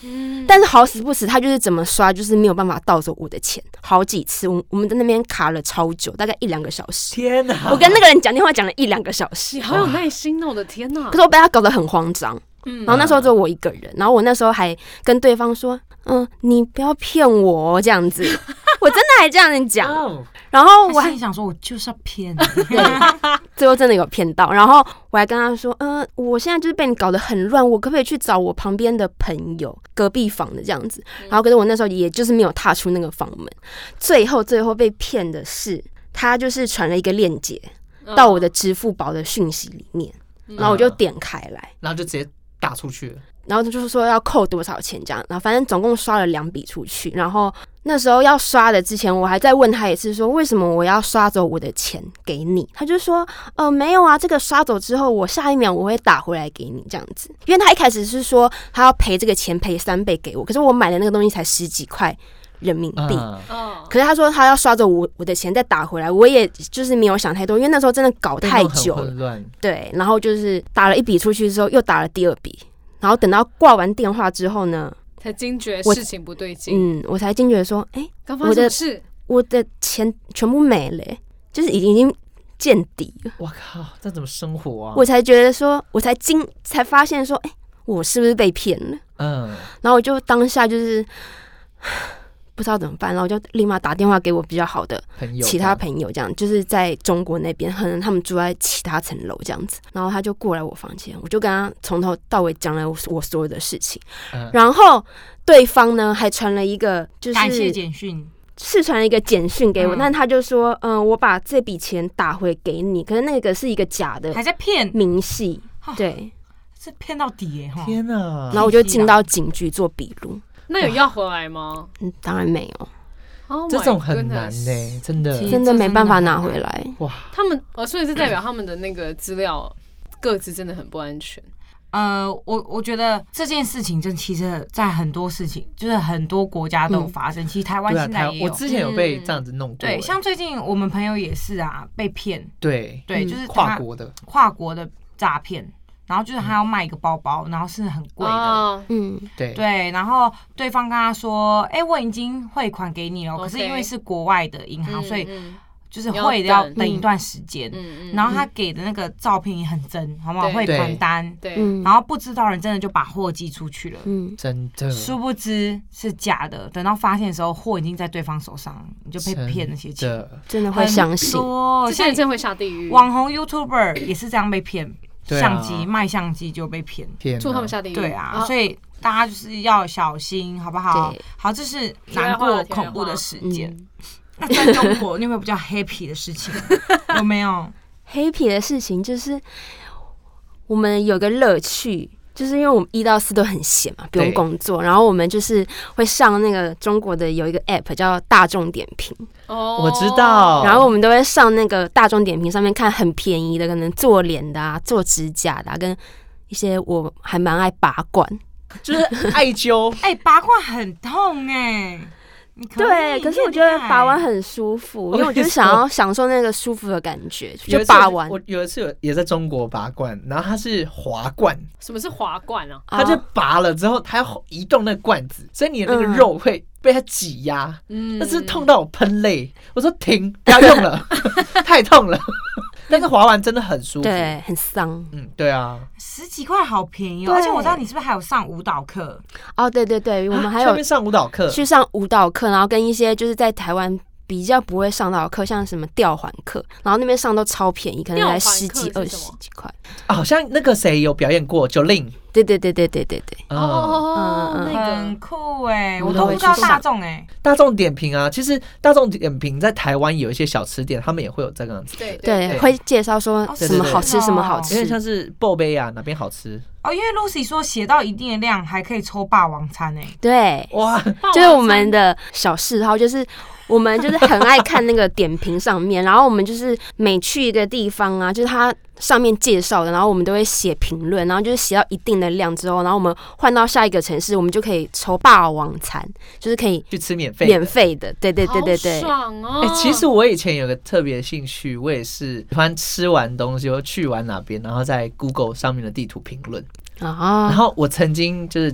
S3: 嗯
S4: 但是好死不死，他就是怎么刷，就是没有办法盗走我的钱，好几次，我我们在那边卡了超久，大概一两个小时。
S2: 天啊哪，
S4: 我跟那个人讲电话讲了一两个小时
S3: 你，好有耐心哦！我的天哪
S2: 啊
S4: 可，是我被他搞得很慌张。
S3: 嗯
S4: 然后那时候只有我一个人，然后我那时候还跟对方说：“嗯，你不要骗我、哦、这样子。”我真的还这样讲，
S2: 哦
S4: 然后我
S1: 我
S4: 还
S1: 心里想说，我就是要骗你，
S4: 最后真的有骗到，然后我还跟他说，嗯，我现在就是被你搞得很乱，我可不可以去找我旁边的朋友，隔壁房的这样子？然后可是我那时候也就是没有踏出那个房门，最后最后被骗的是，他就是传了一个链接
S3: 嗯
S4: 到
S3: 哦
S4: 我的支付宝的讯息里面，然后我就点开来，
S2: 然后就直接打出去了，
S4: 然后他就是说要扣多少钱这样，然后反正总共刷了两笔出去，然后那时候要刷的之前，我还在问他一次说为什么我要刷走我的钱给你，他就说呃没有啊，这个刷走之后，我下一秒我会打回来给你这样子，因为他一开始是说呃他要啊赔这个钱赔三倍给我，可是我买的那个东西才十几块人民币。
S2: 嗯，
S3: 哦，
S4: 可是他说他要刷走我我的钱再打回来，我也就是没有想太多，因为那时候真的搞
S2: 被
S4: 太
S2: 弄很
S4: 久了
S2: 混，乱，
S4: 对，然后就是打了一笔出去之后，又打了第二笔，然后等到挂完电话之后呢，
S3: 才惊觉
S4: 我
S3: 事情不对劲，
S4: 嗯，我才惊觉说，哎，
S3: 刚发生什么事？
S4: 我的钱全部没了、就是已经已经见底了，
S2: 我靠，这怎么生活啊？
S4: 我才觉得说，哎我才惊，才发现说，哎，我是不是被骗了？
S2: 嗯，
S4: 然后我就当下就是。 不知道怎么办，然后我就立马打电话给我比较好的
S2: 朋友，
S4: 其他朋友，这样就是在中国那边，可能他们住在其他层楼这样子，然后他就过来我房间，我就跟他从头到尾讲了我我所有的事情。
S2: 嗯，
S4: 然后对方呢还传了一个，就
S1: 感谢
S4: 是
S1: 简讯。
S4: 是传了一个简讯给我，
S1: 嗯
S4: 但他就说，嗯、我把这笔钱打回给你，可是那个是一个假的
S1: 还在骗，
S4: 明细
S1: 啊，
S4: 嗯对，
S1: 是骗到底耶哈！
S2: 嗯天哪，
S4: 然后我就进到警局做笔录，
S3: 那有要回来吗？
S4: 嗯，当然没有，
S3: 哦，
S2: 这种很难欸呢、
S3: 呢。
S2: 真的
S1: 其实
S4: 真的没办法拿回来，
S2: 哇，
S3: 他们呃，所以是代表他们的那个资料各自真的很不安全。
S1: 呃，我我觉得这件事情，真其实，在很多事情，就是很多国家都有发
S4: 嗯
S1: 生。其实台湾
S2: 对啊，
S1: 现
S2: 台
S1: 在
S2: 湾
S1: 也
S2: 我
S1: 有，嗯
S2: 之前有被这样子弄过、
S1: 对，
S2: 欸
S1: 像最近我们朋友也是啊，被骗，
S2: 对
S1: 对，
S4: 嗯
S1: 就是他
S2: 跨国嗯的，
S1: 跨国的诈骗，然后就是他要卖一个包包，然后是很贵的。
S3: 啊，
S4: 嗯，
S2: 对
S1: 对，然后对方跟他说：“哎、我已经汇款给你了，可是因为
S3: OK
S1: 是国外的银行，所以
S3: 嗯嗯
S1: 就是
S3: 要
S1: 会要
S3: 等
S1: 等一段时间。
S3: 嗯嗯，
S1: 然后他给的那个照片也很真，好不好？
S3: 对
S1: 会
S2: 对
S1: 传单，
S3: 对，
S4: 嗯
S1: 然后不知道人真的就把货寄出去了。
S4: 嗯，
S2: 真的，
S1: 殊不知是假的，等到发现的时候，货已经在对方手上了，你就被骗那些钱。
S2: 的，
S4: 真的
S1: 很
S4: 会相信，
S2: 哦
S1: 多
S3: 这些人
S1: 像
S3: 真会下地狱，
S1: 网红 YouTuber 也是这样被骗，
S2: 对啊
S1: 相机卖相机就被骗。
S2: 天
S3: 祝他们
S2: 哪
S3: 下地狱。
S1: 对啊，所以大家就是要小心，好不好
S4: 对？
S1: 好，这是难
S3: 题外话
S1: 过
S3: 了题外
S1: 恐怖的
S3: 话
S1: 事件。
S4: 嗯，
S1: 那在中国，你有没有比较 happy 的事情？有没有？
S4: 黑皮的事情就是我们有个乐趣。就是因为我们一到四都很闲嘛，不用
S2: 对
S4: 工作，然后我们就是会上那个中国的有一个 app 叫大众点评，
S3: 哦
S2: 我知，道，
S4: 然后我们都会上那个大众点评上面看很便宜的，可能做脸的啊、做指甲的、啊，跟一些我还蛮爱拔罐。
S2: 哦就是艾灸，
S1: 哎、拔罐很痛哎、你可以
S4: 对，可是我觉得拔完很舒服，因为我就是想要享受那个舒服的感觉，就拔完
S2: 有一次我有一次有也在中国拔罐，然后它是滑罐，
S3: 什么是滑罐啊？
S4: 啊
S2: 它就拔了之后，它要移动那个罐子，所以你的那个
S4: 嗯
S2: 肉会被它挤压，
S3: 嗯
S2: 但是痛到我喷泪，我 说停，不要用了， 太痛了。 但是滑完真的很舒服，
S4: 对，很桑
S2: 嗯，对啊，
S1: 十几块，好便宜哦！
S4: 对
S1: 而且我知道你是不是还有上舞蹈课？
S4: 哦，对对对，我们还
S2: 啊下
S4: 有
S2: 面上舞蹈课，
S4: 去上舞蹈课，然后跟一些就是在台湾。比较不会上到的课，像什么吊环课，然后那边上都超便宜，可能才十几、
S3: 吊环课
S4: 二
S3: 是什
S4: 十
S3: 么
S4: 几块。
S2: 啊好像那个谁有表演过，九令，
S4: 对对对对对对对，
S3: 哦
S2: 嗯，
S3: 哦哦，
S4: 嗯嗯
S3: 那
S1: 很
S3: 个
S1: 酷哎、
S4: 我
S1: 我
S4: 们
S1: 都
S4: 都
S1: 不
S4: 会
S1: 知道
S4: 去上
S1: 大众哎、
S2: 大众点评啊，其实大众点评在台湾有一些小吃店，他们也会有这个样子，
S3: 对
S4: 对，
S2: 对
S4: 会介绍说
S1: 哦
S4: 什么好
S1: 是
S4: 吃，
S1: 哦
S4: 什么好
S2: 有点
S4: 吃。
S2: 像是报杯啊，哪边好吃
S1: 哦，因为 Lucy 说写到一定的量还可以抽霸王餐哎、
S4: 对，
S2: 哇，
S3: 啊
S4: 就是我们的小嗜好，就是我们就是很爱看那个点评上面，然后我们就是每去一个地方啊，就是它上面介绍的，然后我们都会写评论，然后就是写到一定的量之后，然后我们换到下一个城市，我们就可以抽霸王餐，就是可以
S2: 去吃免费的
S4: 免费的，对对对对对
S3: 好，爽哦
S2: 哎、。其实我以前有个特别的兴趣，我也是喜欢吃完东西，或去完哪边，然后在 Google 上面的地图评论。然
S4: 啊，
S2: 后我曾经就是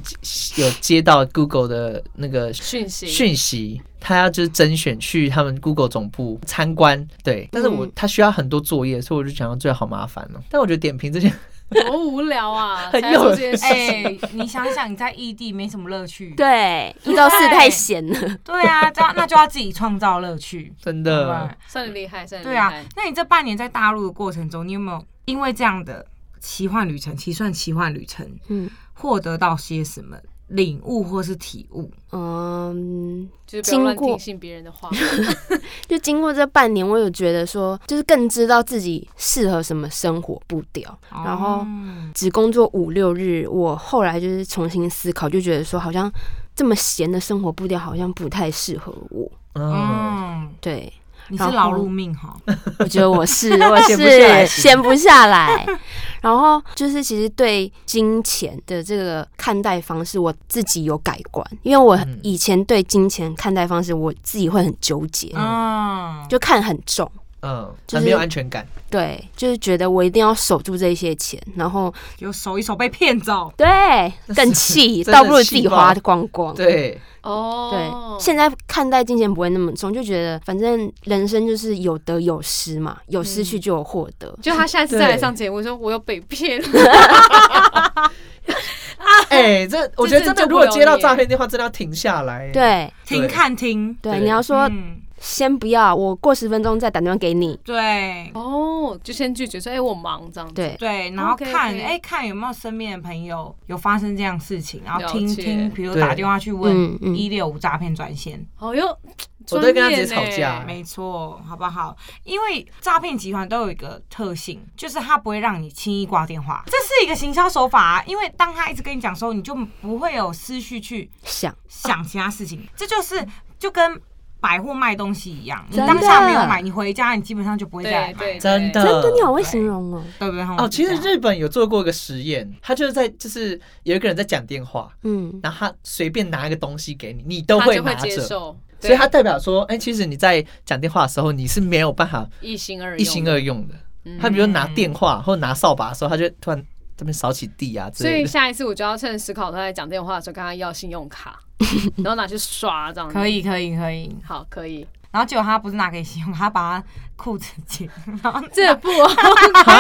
S2: 有接到 Google 的那个
S3: 讯息
S2: 讯息，他要就是甄选去他们 Google 总部参观，对。但是我
S4: 嗯
S2: 他需要很多作业，所以我就想要最好麻烦了、但我觉得点评这些，
S3: 多无聊啊！
S2: 很
S3: 才要做
S2: 有
S3: 这件事
S1: 哎、
S3: 情。
S1: 你想想你在异地没什么乐趣，
S4: 对，
S1: 对
S4: 一到四太闲了，
S1: 对啊，这样那就要自己创造乐趣，
S2: 真
S1: 对
S2: 的
S1: 吧？
S3: 算你厉害，算你厉
S1: 对啊
S3: 害。，
S1: 那你这半年在大陆的过程中，你有没有因为这样的奇幻旅程，其实算奇幻旅程，
S4: 嗯
S1: 获得到些什么领悟或是体悟？
S4: 嗯，
S3: 就是不要乱
S4: 经过
S3: 听信别人的 话。
S4: 就经过这半年，我有觉得说，就是更知道自己适合什么生活步调，然后。
S1: 哦
S4: 只工作五六日，我后来就是重新思考，就觉得说好像这么闲的生活步调好像不太适合我。
S2: 嗯，
S1: 嗯，
S4: 对，
S1: 你是
S4: 然后
S1: 劳碌命哈，
S4: 我觉得 我是我
S2: 闲不下来
S4: 是闲不下来。然后就是其实对金钱的这个看待方式，我自己有改观，因为我
S2: 嗯
S4: 以前对金钱看待方式，我自己会很纠结，
S1: 嗯，
S4: 就看很重。
S2: 嗯，
S4: 就是
S2: 很没有安全感。
S4: 对，就是觉得我一定要守住这些钱，然后
S1: 就手一手被骗走。
S4: 对更气，
S2: 真的
S4: 倒不如自
S2: 气
S4: 己
S2: 爆
S4: 花光光。
S2: 对，
S3: 哦，
S4: 对，现在看待金钱不会那么重，就觉得反正人生就是有得有失嘛，有
S2: 嗯
S4: 失去就有获得。
S3: 就他下次再来上节目，说我有被骗，
S2: 哎、这我觉得真的，
S3: 这
S2: 如果接到
S3: 这就不了解
S2: 诈骗电话，真的要停下来。，
S4: 对
S1: 停看停，
S4: 对，
S2: 对
S4: 你要说
S1: 嗯，
S4: 先不要，我过十分钟再打电话给你。
S1: 对
S3: 哦，就先拒绝说，哎、我忙这样子。
S4: 对，
S1: 对，然后
S3: OK，OK
S1: 看，哎，看有没有身边的朋友有发生这样的事情，然后
S3: 了
S1: 听
S3: 解
S1: 听，比如
S2: 对
S1: 打电话去问
S4: 嗯嗯
S1: 一六五诈骗专线，
S3: 哦哟，
S2: 我都会跟他直接
S3: 专业呢
S2: 吵架
S1: 没错，好不好？因为诈骗集团都有一个特性，就是他不会让你轻易挂电话，这是一个行销手法、啊。因为当他一直跟你讲的时候，你就不会有思绪去
S4: 想
S1: 想其他事情，这就是就跟百货卖东西一样，你
S4: 真
S1: 当下没有
S4: 的
S1: 买，你回家你基本上就不会再
S3: 对
S1: 来买，
S3: 对，
S1: 对
S2: 真的
S4: 真的你好会形容哦，
S1: 不对？
S2: 哦，其实
S1: 这样
S2: 日本有做过一个实验，他就是在就是有一个人在讲电话，
S4: 嗯，
S2: 然后他随便拿一个东西给你，你都
S3: 他就会
S2: 拿
S3: 接
S2: 着。
S3: 受，
S2: 所以他代表说，哎、其实你在讲电话的时候，你是没有办法
S3: 对一心二用
S2: 一心二用的。
S3: 嗯
S2: 他比如拿电话或者拿扫把的时候，他就突然这边扫起地啊之
S3: 所
S2: 类
S3: 以
S2: 的。
S3: 下一次我就要趁思考他在讲 电话的时候，跟他要信用卡，然后拿去刷这样子。
S1: 可以可以可以。
S3: 好，可以。
S1: 然后结果他不是拿给你信用，他把他裤子解，然后
S3: 这 不 OK，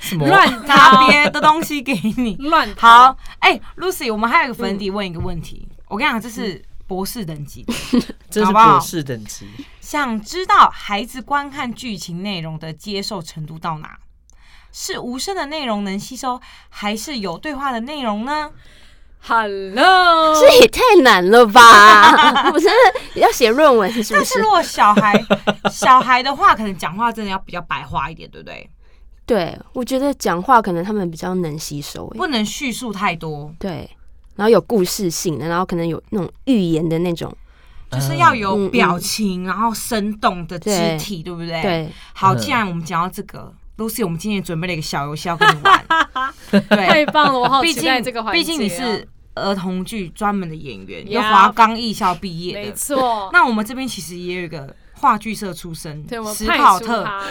S2: 什么？
S1: 乱拿别的东西给你。
S3: 乱
S1: 好，哎、l u c y 我们还有一个粉底问一个问题，我跟你讲，这
S4: 嗯
S1: 是博士等级的。
S2: 这
S1: 好
S2: 是
S1: 不好
S2: 博士等级，
S1: 想知道孩子观看剧情内容的接受程度到哪？是无声的内容能吸收，还是有对话的内容呢？
S3: ，Hello，
S4: 这也太难了 吧！我真的要写论文是不
S1: 但是
S4: 是
S1: 如？果小 孩小孩的话，可能讲话真的要比较白话一点，对不对？
S4: 对，我觉得讲话可能他们比较能吸收、欸
S1: 不能叙述太多，
S4: 对，然后有故事性的，然后可能有那种寓言的那种，
S1: 就是要有
S2: 啊
S4: 嗯
S1: 表情，然后生动的肢
S4: 对
S1: 体，对不对？。
S4: 对，
S1: 好，
S2: 嗯
S1: 既然我们讲到这个，Lucy，我们今天也准备了一个小游戏要跟你 玩。对
S3: 太，棒了，我好
S1: 毕
S3: 期待
S1: 竟
S3: 这个环节、啊
S1: 毕竟你是，儿童剧专门的演员，
S3: Yeah
S1: 又华冈艺校毕业
S3: 没
S1: 的。
S3: 错，
S1: 那我们这边其实也有一个话剧社出身
S3: 对，我，们
S1: 史
S3: 派
S1: 考
S3: 出
S1: 特
S3: 他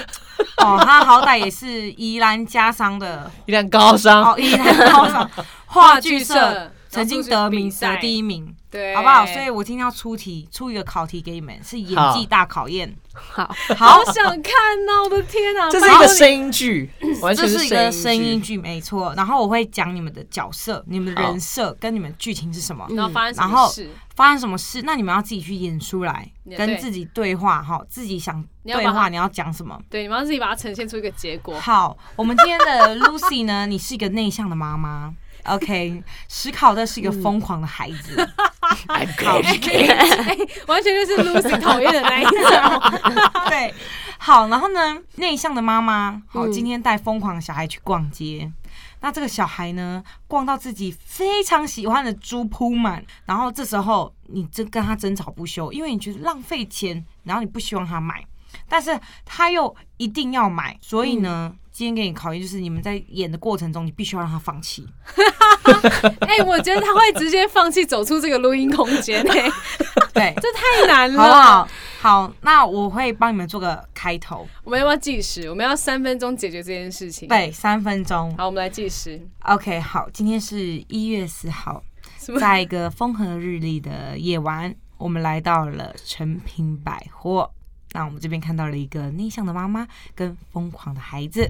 S1: 哦，他好歹也是宜兰家商的
S2: 一辆高商，
S1: 哦，宜兰高商话剧社曾经得名得
S3: 赛
S1: 第一名，
S3: 对，
S1: 好不好？所以我今天要出题，出一个考题给你们，是演技
S2: 好
S1: 大考验。
S4: 好，
S3: 好想看
S1: 哦
S3: 呐、我的天
S1: 啊
S3: 哪、
S2: 这是一个声音剧，完全
S1: 这是一个声
S2: 音
S1: 音
S2: 剧。
S1: 剧，没错。然后我会讲你们的角色、你们的
S2: 好
S1: 人设跟你们剧情是什么，
S3: 然后发生什
S1: 然后
S3: 么事？
S1: 发生什么事，那你们要自己去演出来，
S3: 也
S1: 跟
S3: 对
S1: 自己对话哈，自己想
S3: 你要
S1: 对
S3: 把
S1: 话
S3: 它
S1: 你要讲什么。
S3: 对，你们要自己把它呈现出一个结 果。
S1: 好，我们今天 的 Lucy 呢，你是一个内向的妈妈。OK，史考特是一个
S3: 嗯
S1: 疯狂的 孩子，好，
S3: 哎完全就是 Lucy 讨厌的那一 种。
S1: 对，好，然后呢，内向的妈妈，好，
S4: 嗯
S1: 今天带疯狂的小孩去逛街。那这个小孩呢，逛到自己非常喜欢的猪铺满，然后这时候你真跟他争吵不休，因为你觉得浪费钱，然后你不希望他买，但是他又一定要买，所以呢，今天给你考验就是你们在演的过程中，你必须要让他放弃。
S3: 哎、我觉得他会直接放弃走出这个录音空间、哎，
S1: 对，
S3: 这太难了，
S1: 好不好？好，那我会帮你们做个开头，
S3: 我们要不要计时？我们要三分钟解决这件事情。，
S1: 对，三分钟。
S3: 好，我们来计时。
S1: OK，好，今天是一月四号
S3: 什，么
S1: 在一个风和日丽的夜晚，我们来到了诚品百货。那我们这边看到了一个内向的妈妈跟疯狂的孩子。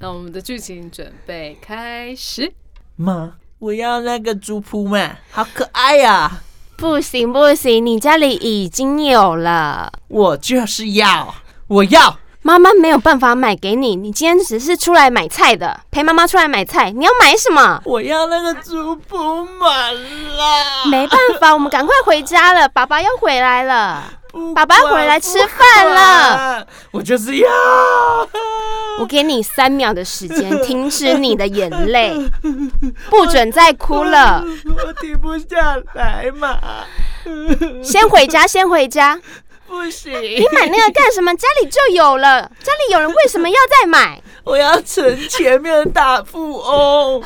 S3: 那我们的剧情准备开 始。
S2: 妈，我要那个猪扑嘛，好可爱啊呀、
S4: 不行不行，你家里已经有了，
S2: 我就是要，我要，
S4: 妈妈没有办法买给你，你今天只是出来买菜的，陪妈妈出来买菜，你要买什么？
S2: 我要那个猪扑满啦！
S4: 没办法，我们赶快回家了，爸爸要回来了。
S2: 不
S4: 爸爸
S2: 管
S4: 回来吃饭了，
S2: 不管我就是要。
S4: 我给你三秒的时间，停止你的眼泪，不准再哭了，
S2: 我停不下来嘛，
S4: 先回家，先回家。
S2: 不行，
S4: 你买那个干什么？家里就有了，家里有人为什么要再买？
S2: 我要存前面的大富翁。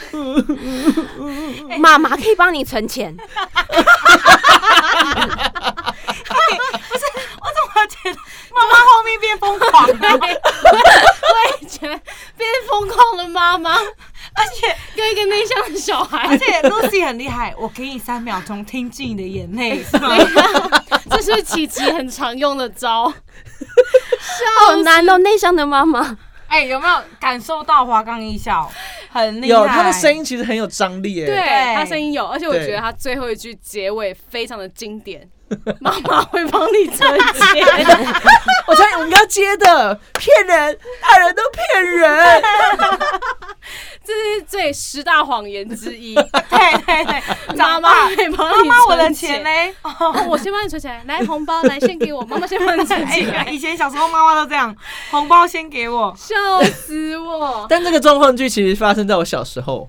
S4: 妈妈可以帮你存钱，
S1: 我怎么觉得妈妈后面变疯狂了？
S3: 我也觉得变疯狂的妈妈
S1: 而且
S3: 跟一个内向的小孩
S1: 而，且 Lucy 很厉害，我给你三秒钟听进你的眼 泪，是
S3: 啊
S1: 吗？
S3: 这是琪琪很常用的招。
S4: 好难哦！内向的妈妈，
S1: 哎、有没有感受到华冈一笑？很厉害，
S2: 有他的声音其实很有张力诶。
S3: 对，
S1: 对
S3: 他声音有，而且我觉得他最后一句结尾非常的经 典。妈妈会帮你存 钱，
S2: 我猜我们要接的骗人，大人都骗人。
S3: 这是最十大谎言之一。
S1: 对对对，
S3: 妈
S1: 长
S3: 妈
S1: 大
S3: 会帮
S1: 妈
S3: 你
S1: 妈，我的
S3: 存
S1: 钱
S3: 钱
S1: 嘞？
S3: 哦，我先帮你存起来，来红包来献给我，妈妈先帮你存
S1: 哎
S3: 起
S1: 呀，
S3: 来，
S1: 以前小时候妈妈都这样，红包先给我。
S3: 笑死我！
S2: 但这个状况剧其实发生在我小时候，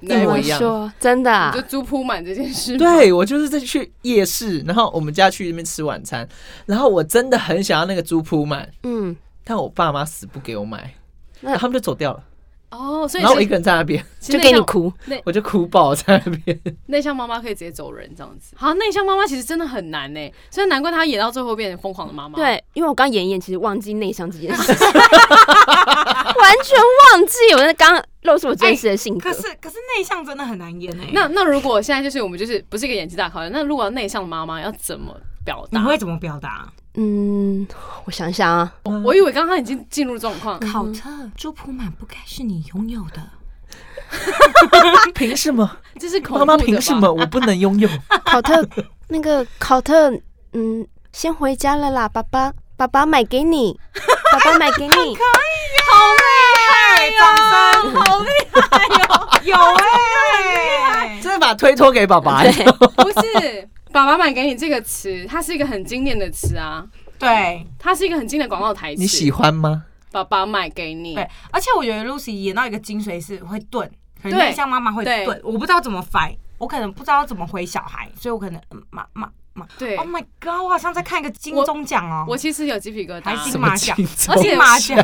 S2: 一
S3: 那
S2: 模
S3: 我
S2: 一样。
S4: 说真的啊
S3: 就，猪铺满这件
S1: 嗯
S3: 事，，
S2: 对啊我就是在去夜市，然后我们家去那边吃晚餐，然后我真的很想要那个猪铺满，
S4: 嗯，
S2: 但我爸妈死不给我买，
S4: 那
S2: 然后他们就走掉了，
S3: 哦，所以
S2: 然后我
S3: 其
S2: 一
S3: 实
S2: 个人在那边，
S3: 其实
S4: 就
S3: 内
S4: 给你
S3: 向
S4: 哭。
S2: 我就哭爆在那边。
S3: 内向妈妈可以直接走人这样子。好，内向妈妈其实真的很难呢，所以难怪她演到最后变成疯狂的妈妈。，
S4: 对，因为我刚演一演，其实忘记内向这 件事情，完全忘记我那刚露出我真实的性格
S1: 可。是可是内向真的很难演哎、
S3: 那那如果现在就是我们就是不是一个演技大考验，那如果内向的妈妈要怎么表
S1: 你
S3: 达。
S1: 会怎么表达？
S4: 嗯，我想想啊，
S3: 我以为刚刚已经进入状 况，
S1: 考特，朱普满不该是你拥有的。
S2: 凭什么？
S3: 这是恐怖的
S2: 妈妈
S3: 吧
S2: 凭什么？我不能 拥有？
S4: 考特那个考特，嗯，先回家了啦，爸爸，爸爸买给你，爸爸买给你。
S1: 哎呀，掌 声，好厉害哟！有欸哎，
S2: 真的把推脱给爸爸、欸，
S3: 不是“爸爸买给你”这个词，它是一个很经典的词啊，
S1: 对
S3: 它是一个很经典的广告台词。
S2: 你喜欢吗？
S3: 爸爸买给你，
S1: 对，而且我觉得 Lucy 演到一个精髓是会顿，可能
S3: 对
S1: 内向妈妈会
S3: 对
S1: 顿，我不知道怎么反，我可能不知道怎么回小孩，所以我可能嗯妈妈妈
S3: 对
S1: ，Oh my God，我好像在看一个金钟奖哦，
S3: 我其实有鸡皮疙
S1: 还
S3: 瘩
S1: 金，
S2: 什么
S1: 马奖
S2: 金钟
S3: 而且
S1: 金马奖，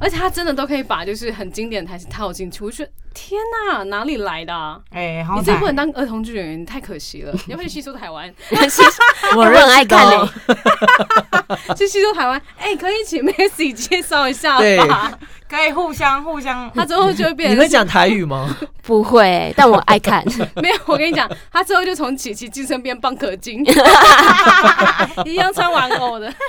S3: 而且他真的都可以把就是很经典的台词套进去，我觉得天哪，哪里来的、啊？
S1: 哎，好
S3: 你这
S1: 惨
S3: 不能当儿童剧演员，太可惜了。要不去吸收台湾，
S4: 我很爱看欸嘞、
S3: 去吸收台湾。哎、可以请 Messi 介绍一下
S2: 对
S3: 吧？
S1: 可以互相互相，
S3: 他之后就会变
S2: 你
S3: 成
S2: 会讲台语吗？
S4: 不会，但我爱看。
S3: 没有，我跟你讲，他之后就从琪琪晋升变蚌壳 精，一样穿玩偶的。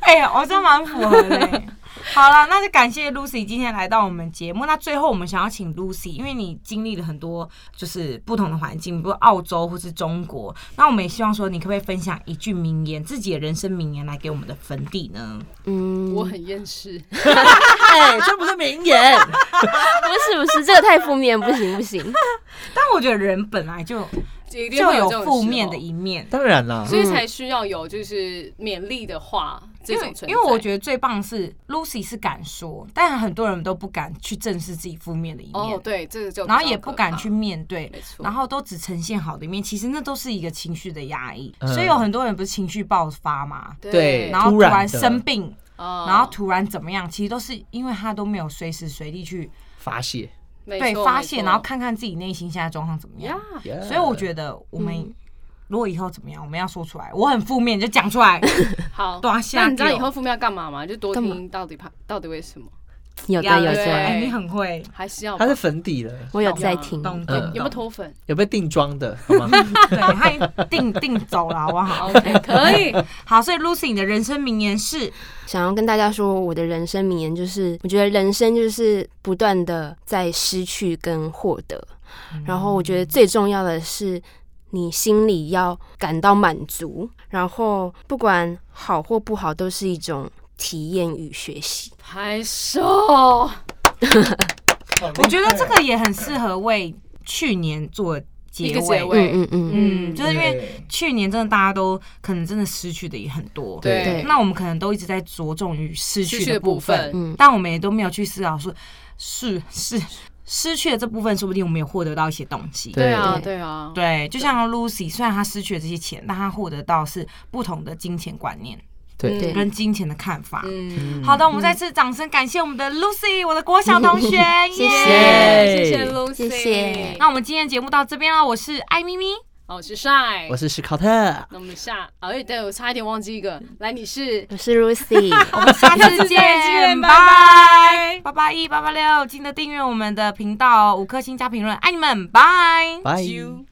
S1: 哎、我真蛮符合的 欸、好了，那就感谢 Lucy 今天来到我们节目。那最后我们想要请 Lucy，因为你经历了很多就是不同的环境，比如澳洲或是中国，那我们也希望说你可不可以分享一句名言，自己的人生名言来给我们的粉底呢？
S4: 嗯，
S3: 我很厌世，
S2: 哎、这不是名言。
S4: 不是不是，这个太负面，不行不行。
S1: 但我觉得人本来就
S3: 一定
S1: 就
S3: 会
S1: 有
S3: 这种
S1: 负
S3: 时
S1: 面的
S3: 候
S1: 一面。
S2: 当然啦，
S3: 所以才需要有就是勉励的话这
S1: 因
S3: 种
S1: 为
S3: 存在。
S1: 因为我觉得最棒的是 Lucy 是敢说，但很多人都不敢去正视自己负面的一面。
S3: 哦，对，这个就
S1: 然后
S3: 比较
S1: 也
S3: 可
S1: 不敢
S3: 怕
S1: 去面对
S3: 没，错
S1: 然后都只呈现好的一面，其实那都是一个情绪的压抑，
S2: 嗯
S1: 所以有很多人不是情绪爆发嘛，
S2: 对
S1: 然后突
S2: 突然
S1: 然
S2: 的
S1: 生病，然
S3: 然
S1: 后突然怎么样，其实都是因为他都没有随时随地去
S2: 发泄。
S1: 对发泄，然后
S3: 看
S1: 看看自己内心现在状况怎么
S3: 呀
S1: 样。， 所以我
S2: 得
S1: 觉得我们
S4: 嗯
S1: 如果以后怎么样，我们要说出来，我很负面就讲出来，
S3: 好。
S1: 多下
S3: 那
S1: 给我。
S3: 你知道以后负面要干嘛吗？就多
S4: 干嘛
S3: 听到底怕到底为什么，
S4: 有
S1: 要
S4: 的有
S3: 对
S4: 的，
S1: 哎，你很会，
S3: 还是要
S2: 他
S3: 吧
S2: 是粉底了，
S4: 我有在听。
S1: 懂
S2: 嗯
S1: 懂
S3: 有没有
S1: 懂
S3: 脱粉
S2: 有被定妆的，好吗？
S1: 对，他已经定定走了，好不好？
S3: ？OK，可以。
S1: 好，所以 Lucy，你的人生名言是
S4: 想要跟大家说，我的人生名言就是，我觉得人生就是不断的在失去跟获得，然后我觉得最重要的是，你心里要感到满足，然后不管好或不好，都是一种体验与学习。
S3: 拍手，
S1: 我觉得这个也很适合为去年做
S3: 一
S1: 结
S3: 个
S1: 尾
S3: 结。尾。
S4: 嗯嗯嗯，
S1: 嗯，
S3: 嗯
S1: 就是因为
S2: 对
S1: 去年真的大家都可能真的失去的也很多，
S3: 对
S4: 对
S1: 那我们可能都一直在着重于失
S3: 失
S1: 去
S3: 去
S1: 的
S3: 的部
S1: 部
S3: 分，
S1: 分，
S4: 嗯
S1: 但我们也都没有去思考说，是是失去了这部分，说不定我们也获得到一些东西。
S2: 对
S3: 对啊，
S4: 对
S3: 对啊，
S1: 对，就像 Lucy，虽然她失去了这些钱，但她获得到是不同的金钱观念
S2: 对
S4: 对
S1: 跟金钱的看法。
S3: 嗯，
S1: 好的，我们再次掌声感谢我们的 Lucy，我的国小同学，谢
S3: 谢谢
S2: 耶
S3: Lucy，
S4: 谢谢
S1: 那我们今天的节目到这边了，我是艾咪咪，
S3: 好，我是 Shy，
S2: 我是史考特，
S3: 那我们下，哎，对我差一点忘记一个，来，你是
S4: 我是 Lucy。
S1: 我们下次见，
S3: 见
S1: 拜
S3: 拜
S1: 拜，八八一八八六，记得订阅我们的频道哦，五颗星加评论，爱你们，拜。
S2: 拜。
S3: You。